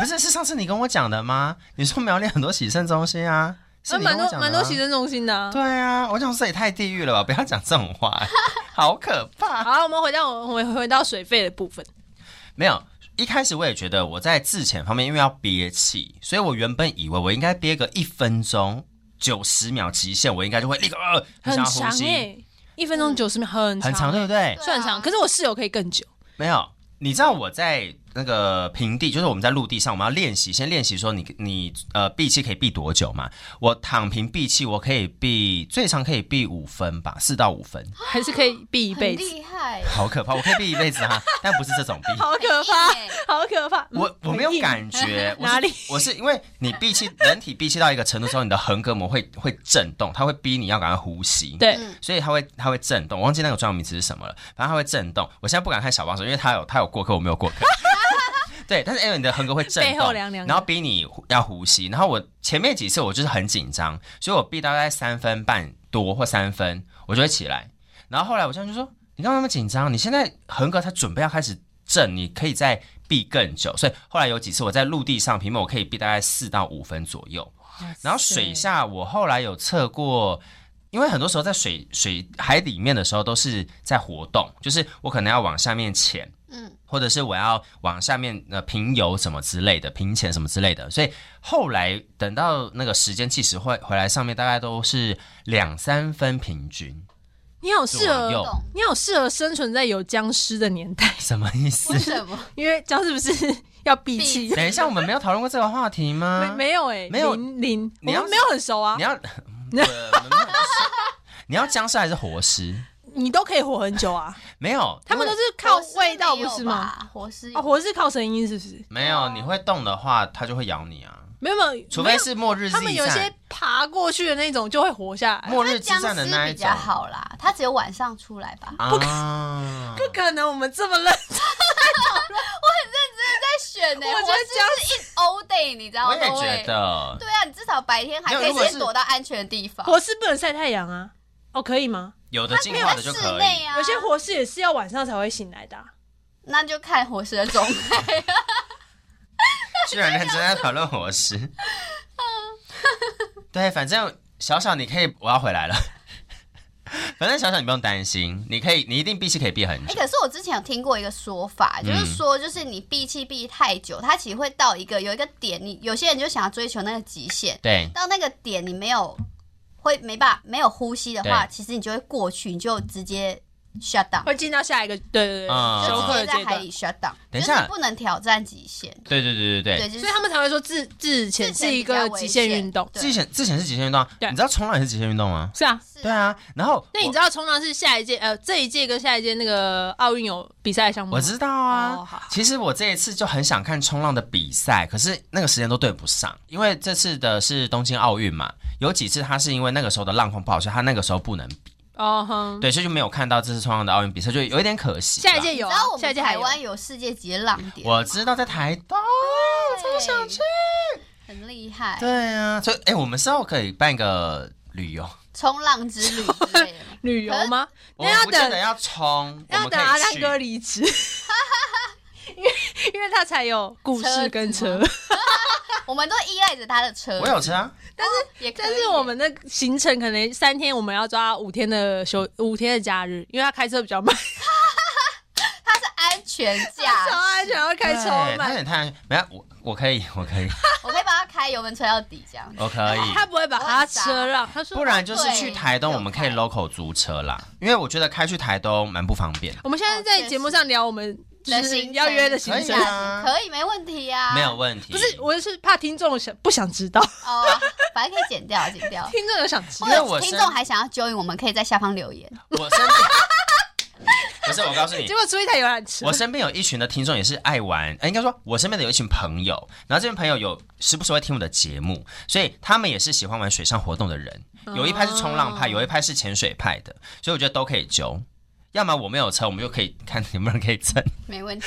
S2: 不是，是上次你跟我讲的吗？你说苗栗很多洗肾中心啊，是
S3: 呃
S2: 你跟
S3: 蛮
S2: 我
S3: 多
S2: 讲的、啊。
S3: 蛮多洗肾中心的啊。
S2: 对啊，我想说这也太地狱了吧！不要讲这种话， 好可怕。
S3: 好，我们回到我们回到水费的部分。
S2: 没有，一开始我也觉得我在自潜方面，因为要憋气，所以我原本以为我应该憋个一分钟。九十秒极限，我应该就会立刻呃，
S3: 很
S2: 想要
S3: 长
S2: 呼吸，嗯
S3: 哎、一分钟九十秒，很欸
S2: 很长，对欸不对？
S1: 对
S3: 算长。可是我室友可以更久，
S2: 没有，你知道我在那个平地，就是我们在陆地上，我们要练习，先练习说你你呃闭气可以闭多久嘛？我躺平闭气，我可以闭最长可以闭五分吧，四到五分，
S3: 还是可以避一
S1: 很
S3: 辈子，
S1: 厉害，
S2: 好可怕，我可以闭一辈子哈， 但不是这种闭。
S3: 好可怕
S1: 很硬欸，
S3: 好可怕。嗯
S2: 我我没有
S3: 很硬
S2: 感觉， 我是
S3: 哪里？
S2: 我是因为你闭气，人体闭气到一个程度之后，你的横膈膜会会震动，它会逼你要赶快呼吸。
S3: 对，
S1: 嗯
S2: 所以它会它会震动，我忘记那个专有名词是什么了，反正它会震动。我现在不敢看小帮手，因为它有它有过客，我没有过 客。对，但是因为你的横膈会震动，
S3: 背后凉凉的
S2: 然后逼你呼要呼吸。然后我前面几次我就是很紧张，所以我逼到大概三分半多或三分，我就会起来。然后后来我教练就说：“你干嘛那么紧张？你现在横膈它准备要开始震，你可以再闭更久。”所以后来有几次我在陆地上平面，我可以闭大概四到五分左右。然后水下，我后来有测过，因为很多时候在水水海里面的时候都是在活动，就是我可能要往下面潜，
S1: 嗯，
S2: 或者是我要往下面呃平游什么之类的，平潜什么之类的。所以后来等到那个时间计时会回来，上面大概都是两三分平均。
S3: 你好适
S2: 左右
S3: 合，
S1: 懂
S3: 你好适合生存在有僵尸的年代，
S2: 什么意思
S1: 为？什么？
S3: 因为僵尸不是要闭气
S1: 闭？
S2: 等一下，我们没有讨论过这个话题
S3: 没
S2: 吗？
S3: 没有哎，
S2: 啊没有
S3: 零零，我
S2: 你要
S3: 们没有很熟啊
S2: 你，要， 我们没有 你要僵尸还是活尸？
S3: 你都可以活很久 啊。
S2: 没有，
S3: 他
S2: 因
S3: 们
S2: 为
S3: 都是 靠
S1: 活尸
S3: 味道，
S1: 没
S3: 不
S1: 有
S3: 是吗？
S1: 吧？活尸
S3: 哦，活是靠声音是不是？
S2: 没有，你会动的话，它就会咬你啊。
S3: 没有没有，
S2: 除
S3: 哦没
S2: 非
S3: 有
S2: 是末日
S3: 他们
S2: 之
S3: 有些
S2: 战，
S3: 爬过去的那种就会活下来。
S2: 末日之
S1: 僵
S2: 战的
S1: 尸
S2: 那一
S1: 比
S2: 种
S1: 较好啦，它只有晚上出来吧？
S2: 啊。
S3: 不可能，我们这么认 真。
S1: 在选呢、
S3: 我觉得
S1: 活尸是一 all day，你知道吗？
S2: 我也觉得，
S1: 对啊，你至少白天还可
S2: 没
S1: 以
S2: 有如果是
S1: 先躲到安全的地方。
S3: 活尸不能晒太阳啊？哦，可以吗？
S2: 有的进
S1: 没有
S2: 化
S1: 在
S2: 的就
S1: 室
S2: 可
S1: 内
S2: 以。
S1: 啊，
S3: 有些活尸也是要晚上才会醒来的啊、
S1: 那就看活尸的种类。
S2: 居然认真在讨论我 是。对，反正小小你可以，我要回来了。 反正小小你不用担心，你可以，你一定闭气可以闭很
S1: 哎、
S2: 久。
S1: 可是我之前有听过一个说法，就是
S2: 嗯
S1: 说，就是你闭气闭太久，它其实会到一个有一个点，你有些人就想要追求那个极限，
S2: 对，
S1: 到那个点你没有会没办法没有呼吸的话，
S2: 对
S1: 其实你就会过去，你就直接 shut down，
S3: 会进到下一个对对对
S2: 嗯
S3: 对
S1: 就
S3: 休
S1: 直
S3: 克
S1: 接
S3: 的阶
S1: 在海
S3: 段，
S1: 里 shut down，
S2: 等一
S1: 就
S2: 下
S1: 是不能挑战极限。
S2: 对对对对对。
S1: 对，就是
S3: 所以他们才会说自自潜是一个极限运动，
S1: 对
S2: 之前之前是极限运动啊，
S3: 对
S2: 你知道冲浪也是极限运动吗？
S3: 是啊。
S1: 是
S2: 对，啊，然后
S3: 那你知道冲浪是下一届呃这一届跟下一届那个奥运有比赛项目吗？
S2: 我知道啊。
S3: 哦好
S2: 其实我这一次就很想看冲浪的比赛，可是那个时间都对不上，因为这次的是东京奥运嘛，有几次他是因为那个时候的浪况不好，所以他那个时候不能比，
S3: 哦哼，
S2: 对，所以就没有看到这次冲浪的奥运比赛，就有一点可惜啦。
S3: 下一届
S1: 你
S3: 有
S1: 知
S3: 啊
S1: 道我，
S3: 下
S1: 们
S3: 一届还
S1: 台
S3: 有
S1: 湾有世界级的浪点，
S2: 我知道在台东，
S1: 超想去，很厉害，
S2: 对啊，所以哎、我们之后可以办一个旅游，
S1: 冲浪之旅之 类的吗
S3: 旅游吗？
S2: 我
S3: 那要
S2: 们不见
S3: 等
S2: 得要冲，我
S3: 要
S2: 们可
S3: 等阿
S2: 以
S3: 甘
S2: 去
S3: 哥离职， 因为因为他才有故事跟车，
S1: 我们都依赖着他的车，
S2: 我有车啊，
S1: 也可以，
S3: 但是我们的行程可能三天，我们要抓五天的休，五天的假日，因为他开车比较慢，
S1: 他是安全
S3: 超
S1: 驾，
S3: 安全，要开超
S2: 对他有
S3: 慢，
S2: 点太没有，我我可以，我可以，
S1: 我可以把他开油门吹到底这样。
S2: 我可以。
S3: 他不会把他车让，他说哦
S2: 不然就是去台东，
S1: 对
S2: 我们可以
S1: 有开
S2: local 租车啦，因为我觉得开去台东蛮不方便的。
S3: 我们现在在节目上聊我们就
S1: 的
S3: 是
S1: 行程
S3: 要约的行
S2: 可以
S3: 程
S1: 假。
S2: 啊
S1: 期可以没问题啊，
S2: 没有问题，
S3: 不是，我是怕听众想不想知道，
S1: 哦，反正可以剪掉，剪掉。
S3: 听众有想 知
S2: 因
S1: 或
S3: 道，
S2: 为我
S1: 者
S2: 身
S1: 听众还想要 join，我们可以在下方留言。
S2: 我身边 不是我告诉你
S3: 结，果出一台游览车
S2: 我，身边有一群的听众也是爱玩，呃、应该说我身边的有一群朋友，然后这群朋友有时不时会听我的节目，所以他们也是喜欢玩水上活动的人，有一派是冲浪
S1: 哦
S2: 派，有一派是潜水派的，所以我觉得都可以揪。要么我没有车，我们就可以看有没有人可以蹭。
S1: 没问 题。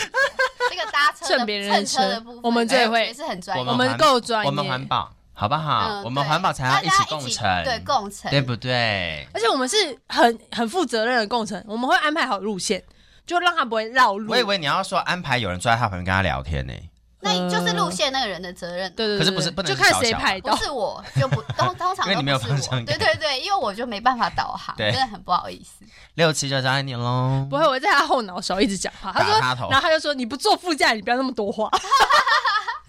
S1: 这个搭车的
S3: 蹭别人的
S1: 蹭车的
S3: 车
S1: 部分，
S3: 我们最会
S1: 也是很专业。
S2: 我
S3: 我
S2: 们
S3: 们够专业，
S2: 我们环保好不好？
S1: 嗯
S2: 我们
S1: 对
S2: 环保才要
S1: 大
S2: 一
S1: 家
S2: 起
S1: 一
S2: 共
S1: 起
S2: 乘，
S1: 对共乘，
S2: 对不对？
S3: 而且我们是很很负责任的工程，我们会安排好路线，就让他不会绕路。
S2: 我以为你要说安排有人坐在他旁边跟他聊天呢、
S1: 那
S2: 呃
S1: 就是路线那个人的责任。
S3: 对对对，
S2: 可是不是
S3: 对
S2: 不能
S3: 就看
S2: 小
S3: 谁
S2: 小啊
S3: 排
S1: 不
S3: 到。
S1: 是我就不通通常
S2: 因为你
S1: 都
S2: 没有
S1: 不
S2: 方
S1: 是我，
S2: 向
S1: 对
S2: 感
S1: 对对，因为我就没办法导航，
S2: 对
S1: 真的很不好意思。
S2: 六七就爱你喽。
S3: 不会，我在他后脑勺一直讲话。他说
S2: 打他头，
S3: 然后他就说：“你不坐副驾，你不要那么多话。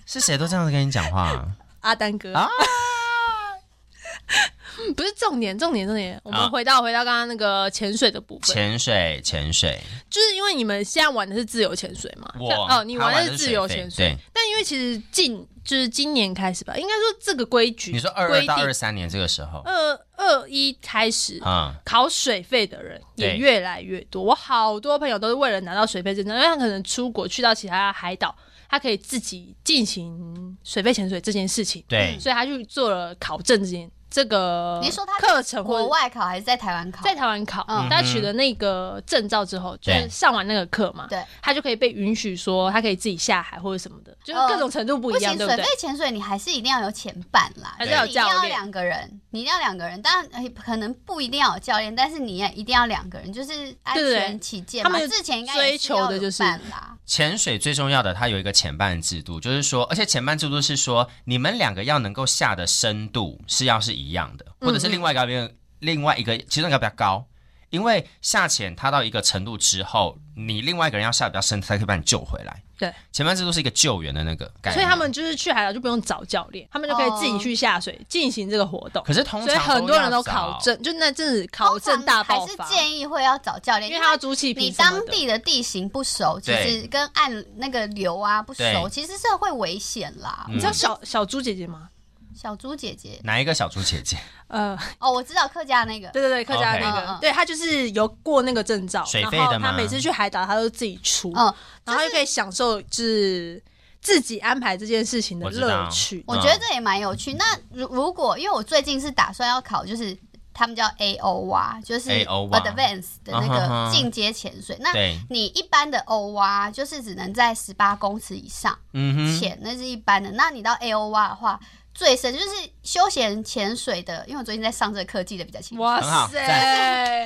S2: 是谁都这样子跟你讲话、啊？”
S3: 阿丹哥
S2: 啊
S3: 嗯不是重点，重点，重点。我
S2: 啊
S3: 们回到回到刚刚那个潜水的部分，
S2: 潜水，潜水，
S3: 就是因为你们现在玩的是自由潜水嘛？
S2: 我
S3: 像哦，你
S2: 他玩的
S3: 的
S2: 是
S3: 自由
S2: 水肺
S3: 潜水
S2: 对。
S3: 但因为其实近就是今年开始吧，应该说这个规矩，
S2: 你说二
S3: 规
S2: 二
S3: 定呃
S2: 到二三年这个时候，
S3: 二二一开始，
S2: 嗯，
S3: 考水费的人也
S2: 对
S3: 越来越多。我好多朋友都是为了拿到水费证，因为他可能出国去到其他海岛，他可以自己进行水费潜水这件事情，
S2: 对，
S3: 所以他去做了考证这件这个
S1: 你说他在
S3: 课程或
S1: 国
S3: 者
S1: 外考还是在台湾考？
S3: 在台湾考，
S1: 嗯
S3: 他取得那个证照之后，就
S2: 对
S3: 是上完那个课嘛，
S1: 对，
S3: 他就可以被允许说他可以自己下海或者什么的，就是各种程度不一样，
S1: 哦行，
S3: 对
S1: 水
S3: 对
S1: 肺？潜水你还是一定要有潜伴啦，
S3: 还
S2: 是要有
S1: 你一定
S3: 教
S1: 要
S3: 练
S1: 两个人，你一定要两个人，当然呃可能不一定要有教练，但是你也一定要两个人，就是安
S3: 对对
S1: 全起见
S3: 他
S1: 嘛。
S3: 们
S1: 之前应该
S3: 追求的就是
S1: 也要有伴啦，
S2: 潜水最重要的，它有一个潜伴制度，就是说，而且潜伴制度是说，你们两个要能够下的深度是要是一样的，
S3: 嗯
S2: 或者是另外一个边另外一个其中一个比较高，因为下潜它到一个程度之后，你另外一个人要下得比较深，才可以把你救回来。
S3: 对，
S2: 潜伴制度是一个救援的那个概念，
S3: 所以他们就是去海岛就不用找教练，他们就可
S1: 哦
S3: 以自己去下水进行这个活动。
S2: 可是通常
S3: 所以很多人都
S2: 要
S3: 考
S2: 找，
S3: 证，就那阵子考证
S1: 通常
S3: 大
S1: 还
S3: 爆
S1: 是
S3: 发，
S1: 建议会要找教练，
S3: 因为他要租气
S1: 你
S3: 瓶什么
S1: 当
S3: 的。
S1: 地的地形不熟，其
S2: 对
S1: 实跟岸那个流啊不熟，
S2: 对
S1: 其实是会危险啦。
S2: 嗯
S3: 你知道小小猪姐姐吗？
S1: 小猪姐姐，
S2: 哪一个小猪姐姐？
S3: 呃，
S1: 哦，我知道客家那个，
S3: 对对对，客家
S2: OK
S3: 那
S1: 嗯嗯
S3: 个
S1: 嗯，
S3: 对她就是有过那个证照，
S2: 水
S3: 然
S2: 费
S3: 后
S2: 的
S3: 她
S2: 吗
S3: 每次去海岛，她都自己出，
S1: 嗯，
S3: 然后就可以享受就是自己安排这件事情的
S2: 我知道
S3: 乐趣。
S1: 我觉
S2: 啊
S1: 得这也蛮有趣。那如如果因为我最近是打算要考，就是他们叫 A O 蛙，就是
S2: AO 蛙
S1: Advanced 的那
S2: 啊哈哈
S1: 个进阶潜水。那
S2: 对，
S1: 你一般的 O 蛙就是只能在十八公尺以上
S2: 嗯哼，
S1: 潜，那是一般的。那你到 A O 蛙的话，最深就是休闲潜水的，因为我最近在上这个课，记得比较清楚。
S3: 哇
S2: 很好
S3: 塞！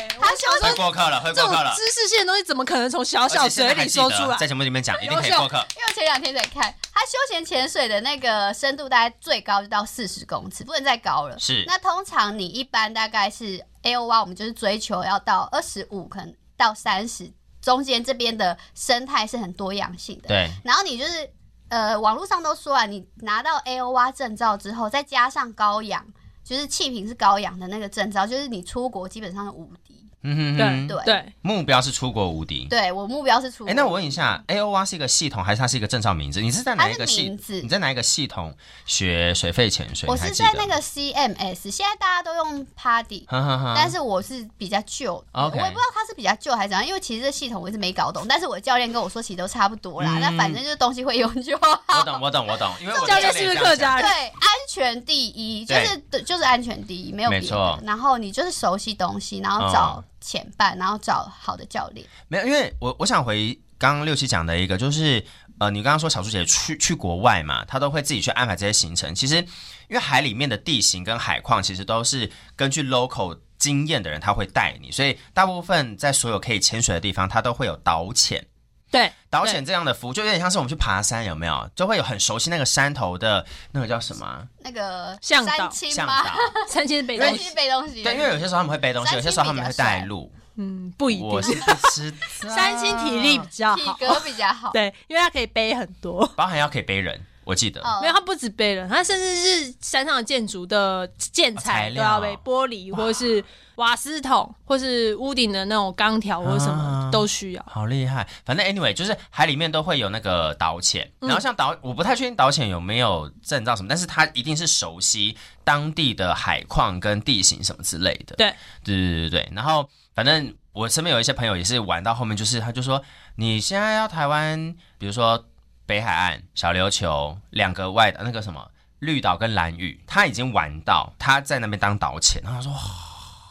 S1: 他
S3: 我想
S1: 就是
S2: 会
S3: 说，
S2: 过课了，会
S3: 这
S2: 过
S3: 种
S2: 课了。
S3: 知识性的东西怎么可能从小
S2: 而
S3: 小
S2: 且现在
S3: 嘴
S2: 还
S3: 里
S2: 记
S3: 说
S2: 得
S3: 出来
S2: 在？节目里面讲一定
S3: 优
S2: 可以
S3: 秀
S2: 过课。
S1: 因为我前两天在看，它休闲潜水的那个深度大概最高就到四十公尺，不能再高了。
S2: 是
S1: 那通常你一般大概是 A O Y，我们就是追求要到二十五，可能到三十，中间这边的生态是很多样性的。
S2: 对，
S1: 然后你就是呃，网络上都说啊，你拿到 A O R 证照之后，再加上高氧，就是气瓶是高氧的那个证照，就是你出国基本上是无敌。
S2: 嗯哼
S3: 对
S2: 哼，
S1: 对
S3: 对，
S2: 目标是出国无敌。
S1: 对我目标是出国。
S2: 哎、那我问一下，A O R 是一个系统还是它是一个证照名字？你是在哪一个
S1: 它是
S2: 系
S1: 名？字
S2: 你在哪一个系统学水肺潜水？
S1: 我
S2: 你还
S1: 是
S2: 记
S1: 在
S2: 得
S1: 那
S2: 吗，
S1: 个 CMS，现在大家都用 Paddy，、
S2: 哈哈哈。
S1: 但是我是比较旧的
S2: 啊 OK
S1: 我也不知道它是比较旧还是怎样，因为其实这系统我一直没搞懂，但是我教练跟我说其实都差不多啦，
S2: 嗯
S1: 那反正就是东西会用就 好。
S2: 我懂，我懂，我懂，因为我的
S3: 教练是不是客
S2: 这样
S3: 家
S1: 对，
S3: 人？
S1: 安全第一，就
S2: 对
S1: 是对就是安全第一，没有
S2: 没
S1: 别的
S2: 错。嗯
S1: 然后你就是熟悉东西，然后找前伴，然后找好的教练。
S2: 讲？没有，因为我我想回刚刚六七讲的一个，就是呃，你刚刚说小猪姐去去国外嘛，她都会自己去安排这些行程。其实，因为海里面的地形跟海况，其实都是根据 local 经验的人他会带你，所以大部分在所有可以潜水的地方，它都会有导潜。
S3: 对，
S2: 导潜这样的服务，就有点像是我们去爬山，有没有？就会有很熟悉那个山头的那个叫什么啊
S1: 那个
S3: 向导
S1: 三清
S2: 向
S1: 吗？
S2: 导。
S3: 三千北
S2: 因为
S1: 三
S3: 东
S2: 你
S3: 西，
S1: 清背东西，
S2: 对，因为有些时候他们会背东西，
S1: 三
S2: 有
S1: 清
S2: 些时候他们会带路。
S3: 嗯，不一
S2: 我
S3: 定，
S2: 是不知道，
S3: 三星体力比较
S1: 体
S3: 好，
S1: 格比较好。
S3: 对，因为它可以背很多。
S2: 包含要可以背人，我记得。
S1: 哦
S3: 没有，它不止背了，它甚至是山上的建筑的建材
S2: 哦材
S3: 都
S2: 料
S3: 要背，玻璃或是瓦斯桶，或是屋顶的那种钢条或者什么
S2: 啊
S3: 都需要。
S2: 好厉害！反正 anyway，就是海里面都会有那个导潜，
S3: 嗯
S2: 然后像导，我不太确定导潜有没有证照什么，但是他一定是熟悉当地的海况跟地形什么之类的。
S3: 对，
S2: 对对对对。然后反正我身边有一些朋友也是玩到后面，就是他就说你现在要台湾，比如说北海岸、小琉球两个外的那个什么。绿岛跟蓝屿，他已经玩到他在那边当导潜，然后他说哇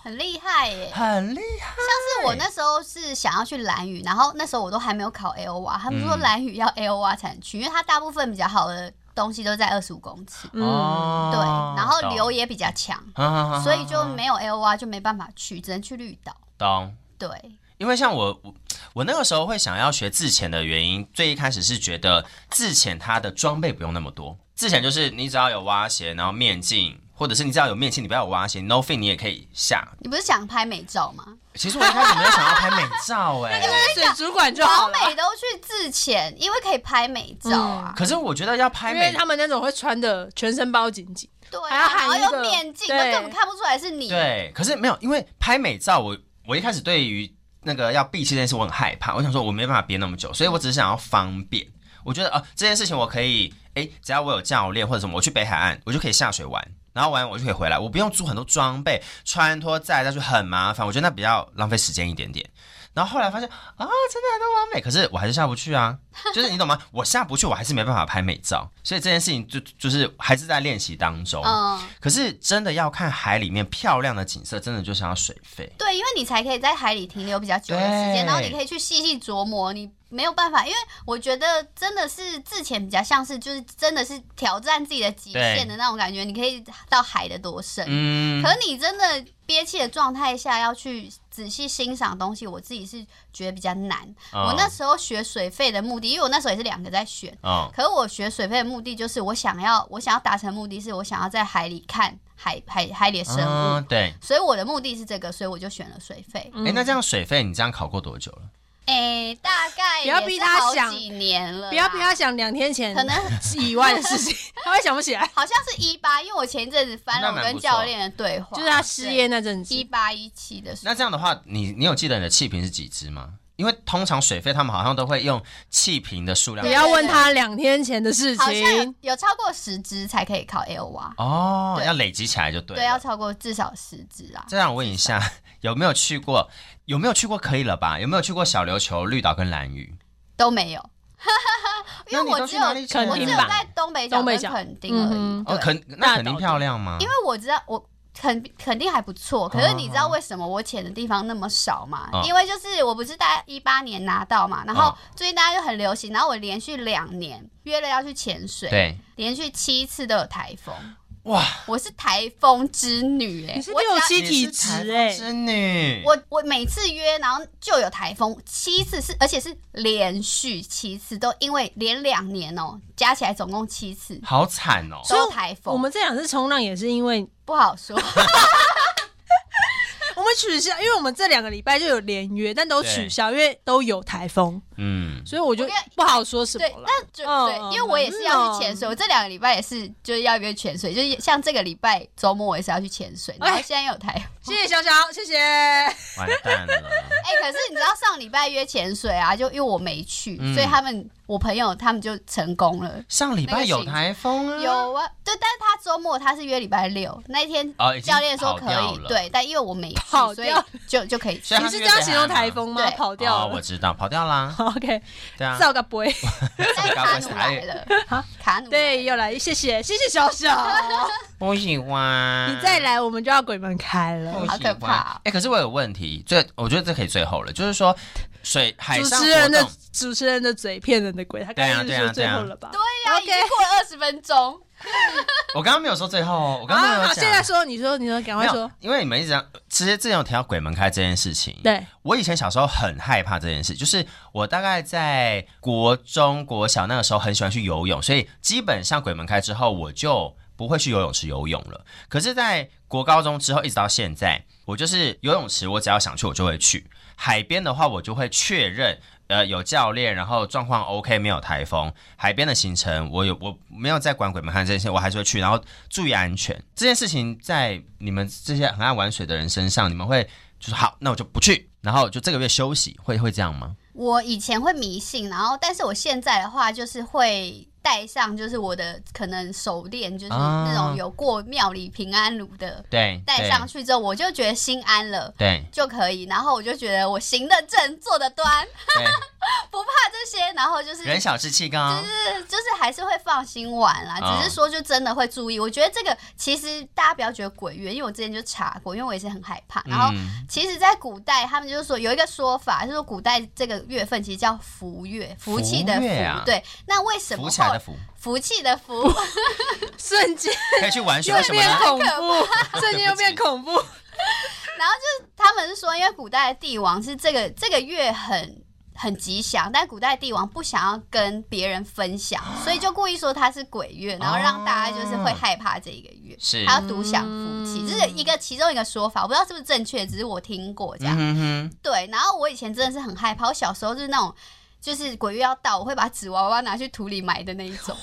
S1: 很厉害耶！
S2: 很厉害，
S1: 但是我那时候是想要去蓝屿，然后那时候我都还没有考 L O R，他们说
S2: 嗯
S1: 蓝屿要 L O R 才能去，因为它大部分比较好的东西都在二十五公尺，
S3: 嗯，
S2: 哦
S1: 对，然后流
S2: 懂
S1: 也比较强，
S2: 哈
S1: 所以就没有 L O R 就没办法去，只能去绿岛。
S2: 懂。
S1: 对，
S2: 因为像我我我那个时候会想要学自潜的原因，最一开始是觉得自潜它的装备不用那么多，自潜就是你只要有蛙鞋，然后面镜，或者是你只要有面镜，你不要有蛙鞋，no fin 你也可以下。
S1: 你不是想拍美照吗？
S2: 其实我一开始没有想要拍美照 哎、
S3: 水主管就
S1: 老
S3: 好了，
S1: 美都去自潜，因为可以拍美照啊。
S2: 可是我觉得要拍
S3: 因为
S2: 美，
S3: 他们那种会穿的全身包紧紧，
S1: 对
S3: 嗯还要
S1: 啊，
S3: 喊
S1: 然后
S3: 一个
S1: 又面镜，
S3: 对
S1: 那根本看不出来是你。
S2: 对，可是没有，因为拍美照我我一开始对于那个要闭气这件事我很害怕，我想说我没办法憋那么久，所以我只是想要方便。我觉得啊、呃这件事情我可以，哎，只要我有教练或者什么，我去北海岸，我就可以下水玩，然后玩完我就可以回来，我不用租很多装备，穿脱再再去很麻烦，我觉得那比较浪费时间一点点。然后后来发现啊，真的都完美，可是我还是下不去啊，就是你懂吗？我下不去，我还是没办法拍美照，所以这件事情就就是还是在练习当中。
S1: 嗯，
S2: 可是真的要看海里面漂亮的景色，真的就是要水费。
S1: 对，因为你才可以在海里停留比较久的时间，
S2: 对
S1: 然后你可以去细细琢磨。你没有办法，因为我觉得真的是自潜比较像是就是真的是挑战自己的极限的那种感觉，你可以到海的多深。
S2: 嗯
S1: 可，是你真的憋气的状态下要去仔细欣赏东西，我自己是觉得比较难。我那
S2: 嗯
S1: 时候学水费的目的，因为我那时候也是两个在选，
S2: 嗯
S1: 可是我学水肺的目的就是我想要，我想要达成的目的是我想要在海里看海海海里的生物，嗯
S2: 嗯，对。
S1: 所以我的目的是这个，所以我就选了水肺。
S3: 嗯
S2: 哎、那这样水费你这样考过多久了？
S1: 哎、大概
S3: 不要
S1: 也
S3: 逼
S1: 是
S3: 他
S1: 好
S3: 想
S1: 几年了啦，
S3: 不要不要想两天前
S1: 啊可能
S3: 以外的事情，他会想不起来，
S1: 好像是一八，因为我前一阵子翻了
S2: 那
S1: 我
S2: 蛮
S1: 跟
S2: 不错
S1: 教练的对话，
S3: 就是他失业那阵子
S1: 一，八一七的时候，
S2: 那这样的话，你你有记得你的气瓶是几支吗？因为通常水费他们好像都会用气瓶的数量
S3: 不
S1: 对啊
S3: 要问他两天前的事
S1: 好像有
S3: 情，
S1: 有超过十支才可以考 L 啊，
S2: 哦，
S1: 对
S2: 要累积起来就对了。
S1: 对，要超过至少十支啊。
S2: 这让我问一下， 有没有去过？有没有去过？可以了吧？有没有去过小琉球、绿岛跟兰屿？
S1: 都没有， 因为
S2: 那你
S1: 我
S2: 都
S1: 只
S2: 去
S1: 有
S2: 哪里去了
S1: 我只有
S3: 垦丁吧
S1: 在东北角
S3: 东北
S1: 跟
S3: 角
S1: 垦丁而已
S3: 嗯哼。
S1: 对
S2: 哦，肯
S3: 大
S2: 那肯定
S3: 岛
S2: 漂亮吗？
S1: 因为我知道我肯肯定还不错，可是你知道为什么我潜的地方那么少吗？
S2: 嗯
S1: 因为就是我不是大概一八年拿到嘛，然后
S2: 嗯
S1: 最近大家就很流行，然后我连续两年约了要去潜水，
S2: 对，
S1: 连续七次都有台风，
S2: 哇，
S1: 我是台风之女哎、
S3: 你是
S1: 我
S3: 六
S1: 只要
S3: 七体质哎、
S2: 你是台风之女，
S1: 欸我我每次约，然后就有台风七次是，而且是连续七次，都因为连两年哦、加起来总共七次
S2: 好惨哦。
S3: 所以
S1: 都台风，
S3: 我们这两次冲浪也是因为
S1: 不好说。
S3: 我们取消，因为我们这两个礼拜就有连约，但都取消，因为都有台风，
S2: 嗯，
S3: 所以我就
S1: 我跟你
S3: 不好说什么
S1: 对，
S3: 了。
S1: 但就、
S3: 嗯
S1: 对，因为我也是要去潜水，我这两个礼拜也是就是要约潜水，就是像这个礼拜周末我也是要去潜水，然后
S3: 哎
S1: 现在又有台哎风。
S3: 谢谢小小，谢谢。
S2: 完蛋了。
S1: 哎、可是你知道上礼拜约潜水啊，就因为我没去，
S2: 嗯
S1: 所以他们我朋友他们就成功了。
S2: 上礼拜有台风啊，
S1: 有啊，对，但是他周末他是约礼拜六那一天
S2: 哦已，经
S1: 教练说可
S2: 跑掉
S1: 以，
S2: 了
S1: 对，但因为我没去，
S3: 跑
S1: 所以
S3: 掉
S1: 就就可以去
S2: 所以。
S3: 你
S2: 啊他
S3: 是
S2: 是约
S3: 这
S2: 北
S3: 样
S2: 海
S3: 形容
S2: 吗
S3: 台风吗？
S1: 对
S3: 跑掉
S2: 哦，我
S3: 了。
S2: 知道，跑掉啦。
S3: OK，
S2: 对啊，
S3: 造个不
S1: 嗯
S3: 会。
S1: 但是卡努来了，卡努
S3: 对，又
S1: 又
S3: 来，谢谢，谢谢小小。
S2: 不喜欢。
S3: 你再来，我们就要鬼门开
S2: 不
S3: 了。
S1: 好
S2: 喜
S1: 可
S2: 欢
S1: 怕哦
S2: 哎、可是我有个问题，最我觉得这可以最后了，就是说水海
S3: 主
S2: 上
S3: 持
S2: 活
S3: 人的
S2: 动，
S3: 主持人的嘴骗人的鬼，他刚
S2: 对啊
S3: 刚一直
S2: 对
S3: 说
S2: 啊
S3: 最
S2: 对啊
S3: 后了吧？
S1: 对呀，已
S3: OK
S1: 经过了二十分钟，
S2: 我刚刚没有说最后哦，我刚刚没有
S3: 啊，
S2: 讲。
S3: 好，现在说，你说，你说，赶
S2: 没
S3: 快
S2: 有
S3: 说。，
S2: 因为你们一直讲，其实之前有提到鬼门开这件事情。
S3: 对，
S2: 我以前小时候很害怕这件事，就是我大概在国中、国小那个时候很喜欢去游泳，所以基本上鬼门开之后我就不会去游泳池游泳了。可是，在国高中之后一直到现在，我就是游泳池，我只要想去我就会去。海边的话，我就会确认，呃，有教练，然后状况 OK，没有台风。海边的行程，我有我没有在管鬼门开这件事，我还是会去，然后注意安全。这件事情在你们这些很爱玩水的人身上，你们会就是好，那我就不去，然后就这个月休息，会会这样吗？
S1: 我以前会迷信，然后但是我现在的话就是会带上，就是我的可能手链，就是
S2: 啊
S1: 那种有过庙里平安炉的，
S2: 对，
S1: 带上去之后我就觉得心安了。
S2: 对。
S1: 就可以，然后我就觉得我行得正，坐得端，
S2: 对
S1: 不怕这些，然后就是
S2: 对，人啊小志气高，
S1: 就是就是还是会放心玩啦，
S2: 嗯
S1: 只是说就真的会注意。我觉得这个其实大家不要觉得鬼月，因为我之前就查过，因为我也是很害怕。然后
S2: 嗯
S1: 其实，在古代他们就是说有一个说法，就是说古代这个月份其实叫福月，福气的
S2: 福
S1: 福。
S2: 月啊
S1: 对，那为什么
S2: 浮起来
S1: 后
S2: 的浮，
S1: 福气的福？
S3: 瞬间
S2: 可以去玩水，
S3: 又
S2: 为什么
S3: 变
S2: 呢？
S3: 恐怖，瞬间又变恐怖。
S1: 他们是说，因为古代的帝王是这个这个月很很吉祥，但古代帝王不想要跟别人分享，
S2: 啊
S1: 所以就故意说它是鬼月，然后让大家就是会害怕这一个月，
S2: 是
S1: 他要独享福气，
S3: 嗯
S1: 这是一个其中一个说法，我不知道是不是正确，只是我听过这
S2: 嗯
S1: 样。
S2: 哼哼，
S1: 对，然后我以前真的是很害怕，我小时候就是那种。就是鬼月要到，我会把纸娃娃拿去土里埋的那一 种，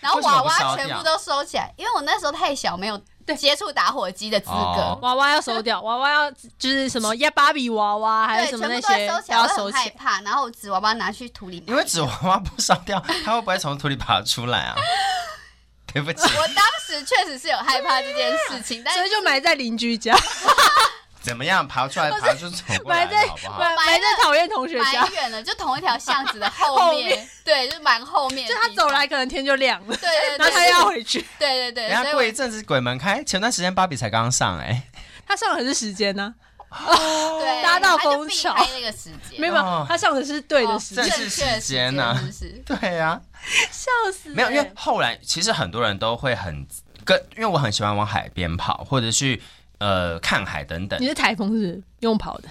S1: 然后
S2: 为什
S1: 娃
S2: 么不
S1: 娃
S2: 烧
S1: 全
S2: 掉
S1: 部都收起来，因为我那时候太小，没有接触打火机的资格
S2: 哦，
S3: 娃娃要收掉，娃娃要就是什么亚芭比娃娃还
S1: 对，
S3: 是什么那
S1: 全部都要收起
S3: 些
S1: 来，
S3: 要
S1: 我
S3: 收
S1: 很
S3: 起
S1: 害
S3: 来。
S1: 怕。然后我纸娃娃拿去土里埋，
S2: 因为纸娃娃不烧掉，它会不会从土里爬出来啊？ 对不起，
S1: 我当时确实是有害怕这件事情，但
S3: 所
S1: 是
S3: 以就埋在邻居家，
S2: 怎么样？爬出来，爬就走过来
S3: 埋在
S2: 了，好不好？
S3: 埋埋在讨厌同学家
S1: 蛮，远了，就同一条巷子的后
S3: 后
S1: 面，
S3: 面
S1: 对，就是蛮后面。
S3: 就他走来，，可能天就亮了，
S1: 对对对，
S3: 然后他又要回去。
S1: 对对对，
S2: 人
S1: 所
S2: 家
S1: 以
S2: 过
S1: 我
S2: 一阵子鬼门开，前段时间芭比才刚上哎、
S3: 他上的是时间啊呢，
S1: 对
S3: 搭到
S1: 他就
S3: 风
S1: 避
S3: 潮
S1: 开那个时间，
S3: 没有，没有
S2: 哦
S3: 他上的是对的
S1: 哦
S3: 时
S2: 这
S3: 间
S2: 样，
S1: 正
S2: 是
S1: 确
S2: 时间呐
S1: 是不是？
S2: 对啊，
S3: 笑死欸。
S2: 没有，因为后来其实很多人都会很跟，因为我很喜欢往海边跑，或者去呃看海等等
S3: 你，是台风是不是用跑 的，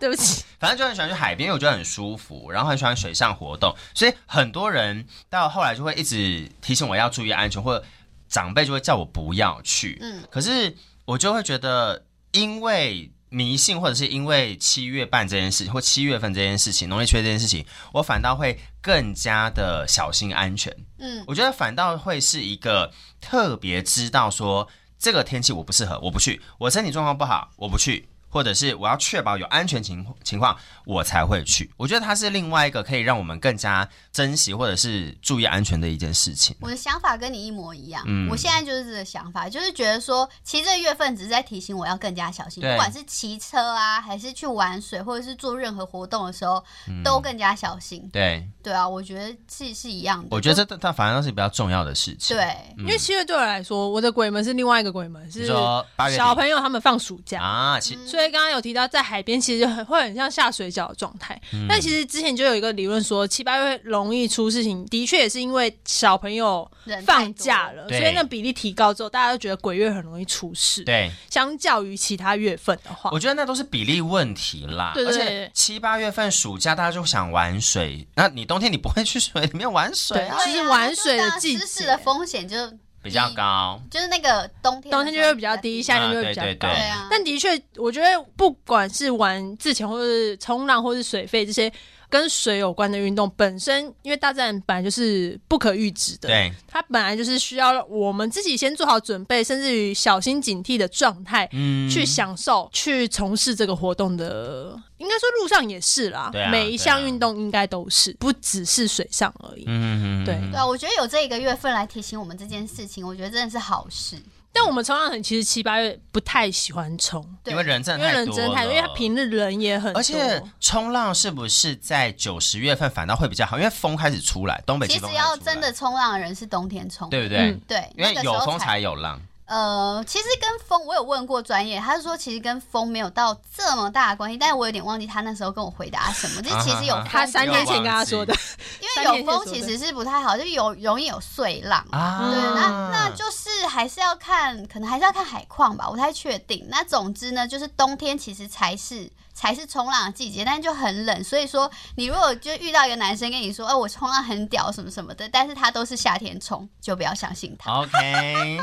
S3: 对不起，
S2: 反正就很喜欢去海边，因为我觉得很舒服，然后很喜欢水上活动，所以很多人到后来就会一直提醒我要注意安全，或者长辈就会叫我不要去。
S1: 嗯
S2: 可是我就会觉得，因为迷信或者是因为七月半这件事情，或七月份这件事情，农历七月这件事情，我反倒会更加的小心安全。
S1: 嗯，
S2: 我觉得反倒会是一个特别知道说这个天气我不适合，我不去，我身体状况不好，我不去，或者是我要确保有安全情况情况，我才会去。我觉得它是另外一个可以让我们更加珍惜或者是注意安全的一件事情。
S1: 我的想法跟你一模一样，
S2: 嗯
S1: 我现在就是这个想法，就是觉得说，其实这个月份只是在提醒我要更加小心，
S2: 对
S1: 不管是骑车啊，还是去玩水，或者是做任何活动的时候，
S2: 嗯
S1: 都更加小心。
S2: 对，
S1: 对啊，我觉得是是一样的。
S2: 我觉得这它嗯反而是比较重要的事情。，
S1: 对，
S3: 因为七月对我来说，我的鬼门是另外一个鬼门，
S2: 你
S3: 是
S2: 说八月底
S3: 小朋友他们放暑假，
S2: 啊，其
S3: 嗯所以刚刚有提到在海边，其实很会很像下水较的状态。
S2: 嗯
S3: 但其实之前就有一个理论说，七八月容易出事情，的确也是因为小朋友
S1: 人太
S3: 放
S1: 多
S3: 假了，所
S2: 对
S3: 以那比例提高之后，大家都觉得鬼月很容易出事。，
S2: 对，
S3: 相较于其他月份的话
S2: 我，觉得那都是比例问题啦。
S3: 对对
S2: 而
S3: 对
S2: 且七八月份暑假大家就想玩水，那你冬天你不会去水里面玩水啊，
S3: 其实玩水的季节
S1: 啊就大家失事的风险就
S2: 比较高。
S1: 就是那个冬天的时候
S3: 冬天就会比较低，夏天就会比较
S2: 啊对对
S3: 高。
S1: 对啊，
S3: 但的确，我觉得不管是玩自潜，或是冲浪，或是水肺这些跟水有关的运动，本身因为大自然本来就是不可预知的，
S2: 对，
S3: 它本来就是需要我们自己先做好准备，甚至于小心警惕的状态。
S2: 嗯，
S3: 去享受、去从事这个活动的，应该说路上也是啦，
S2: 对啊
S3: 每一项
S2: 对啊
S3: 运动应该都是，不只是水上而已。
S2: 嗯，嗯嗯，
S3: 对
S2: 嗯
S1: 对啊，我觉得有这一个月份来提醒我们这件事情，我觉得真的是好事。
S3: 但我们冲浪很，其实七八月不太喜欢冲，
S1: 对
S2: 因为人真
S3: 因
S2: 的
S3: 为
S2: 太
S3: 人真的太多，
S2: 了
S3: 因为它平日人也很多，
S2: 而且冲浪是不是在九十月份反倒会比较好？因为风开始出来，东北
S1: 其
S2: 季风
S1: 实
S2: 开始
S1: 要
S2: 出来
S1: 真的冲浪的人是冬天冲，
S2: 对不对？
S3: 嗯
S1: 对，
S2: 因
S1: 那
S2: 为
S1: 个时
S2: 有
S1: 候
S2: 风才有浪，
S1: 呃，其实跟风我有问过专业，他是说其实跟风没有到这么大的关系，但是我有点忘记他那时候跟我回答什么，就其实有
S2: 啊
S1: 风
S2: 哈哈
S3: 他三天前跟他说的，
S1: 因为有风其实是不太好，就有容易有碎浪。
S2: 啊。
S1: 对，那那就是还是要看，可能还是要看海况吧，我不太确定。那总之呢，就是冬天其实才是才是冲浪的季节，但就很冷，所以说你如果就遇到一个男生跟你说，哦，我冲浪很屌什么什么的，但是他都是夏天冲，就不要相信他。
S2: OK，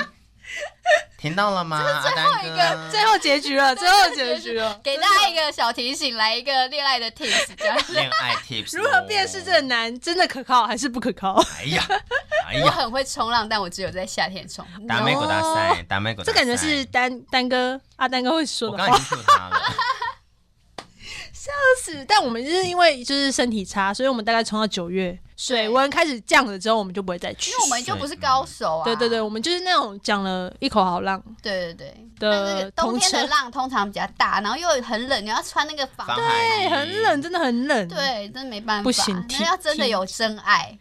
S2: 听到了吗？阿丹哥，
S3: 最后结局 了，最后结局了，
S1: 给大家一个小提醒，来一个恋爱的 tips，这样
S2: 恋爱 tips
S3: 如何辨识这个？男真的可靠还是不可靠？
S2: 哎呀， 哎
S1: 我
S2: 呀，
S1: 很会冲浪，但我只有在夏天冲。
S2: 达美果大赛，达美果大
S3: 啊这
S2: 赛，
S3: 感觉是丹丹哥阿丹哥会说
S2: 我
S3: 的
S2: 刚
S3: 话
S2: 刚已，经 cue 他 了，
S3: 是。但我们就是因为就是身体差，所以我们大概冲到九月，水温开始降了之后，我们就不会再去
S1: 因。为我们就不是高手啊。
S3: 对对对，我们就是那种讲了一口好浪，
S1: 对对对。
S3: 的
S1: 但是冬天的
S3: 同车
S1: 浪通常比较大，然后又很冷，你要穿那个防
S2: 防
S1: 寒。
S2: 寒
S3: 对，
S2: 衣
S3: 很冷，，真的很冷。，
S1: 哎嗯对，真的没办法，
S3: 不行
S1: 那
S3: 踢
S1: 要真的
S3: 踢
S1: 有真爱，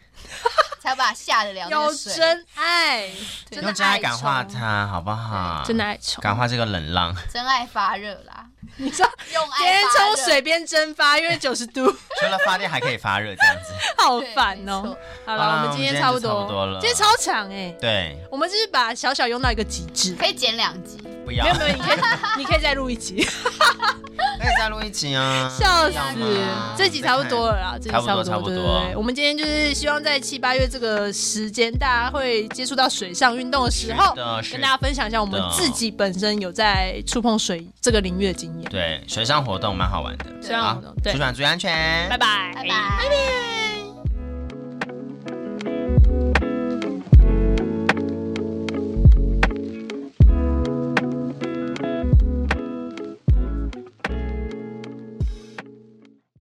S1: 才有把它下得了那
S3: 有
S1: 个水。哎
S3: 真爱，真的
S2: 用真爱感化
S3: 爱冲，
S2: 他，好不好？
S3: 真的爱冲。
S2: 感化这个冷浪，
S1: 真爱发热啦，
S3: 你知道，
S1: 用爱
S3: 边
S1: 发热
S3: 冲水边蒸发，因为九十度。
S2: 除了发电还可以发热，这样子。
S3: 好
S1: 对
S3: 烦
S1: 没
S3: 哦
S1: 错、
S3: 好
S2: 好啦
S3: 了，
S2: 我
S3: 我们
S2: 们
S3: 今
S2: 今
S3: 天
S2: 天
S3: 差不
S2: 就
S3: 多，
S2: 差不多了
S3: 今天超长哎、
S2: 对，
S3: 我们就是把小小用到一个极致。
S1: 可以剪两集。
S2: 不要
S3: 没有，没有，你可以你可以再录一
S2: 可
S3: 集，,
S2: 以再录一集啊。
S3: 笑死
S1: 要！
S2: 吗
S3: 这集差不多了啦，这集
S2: 差不多
S3: 多，
S2: 差不
S3: 对
S2: 多
S3: 对对。我们今天就是希望在七八月这个时间，大家会接触到水上运动的时候
S2: 是，的，是
S3: 跟大家分享一下我们
S2: 是的
S3: 自己本身有在触碰水这个领域的经验。
S2: 对水上活动蛮好玩的。啊
S3: 哦水上活动对
S2: 出船注意安全，
S3: 拜拜，
S1: 拜拜。
S3: 拜拜。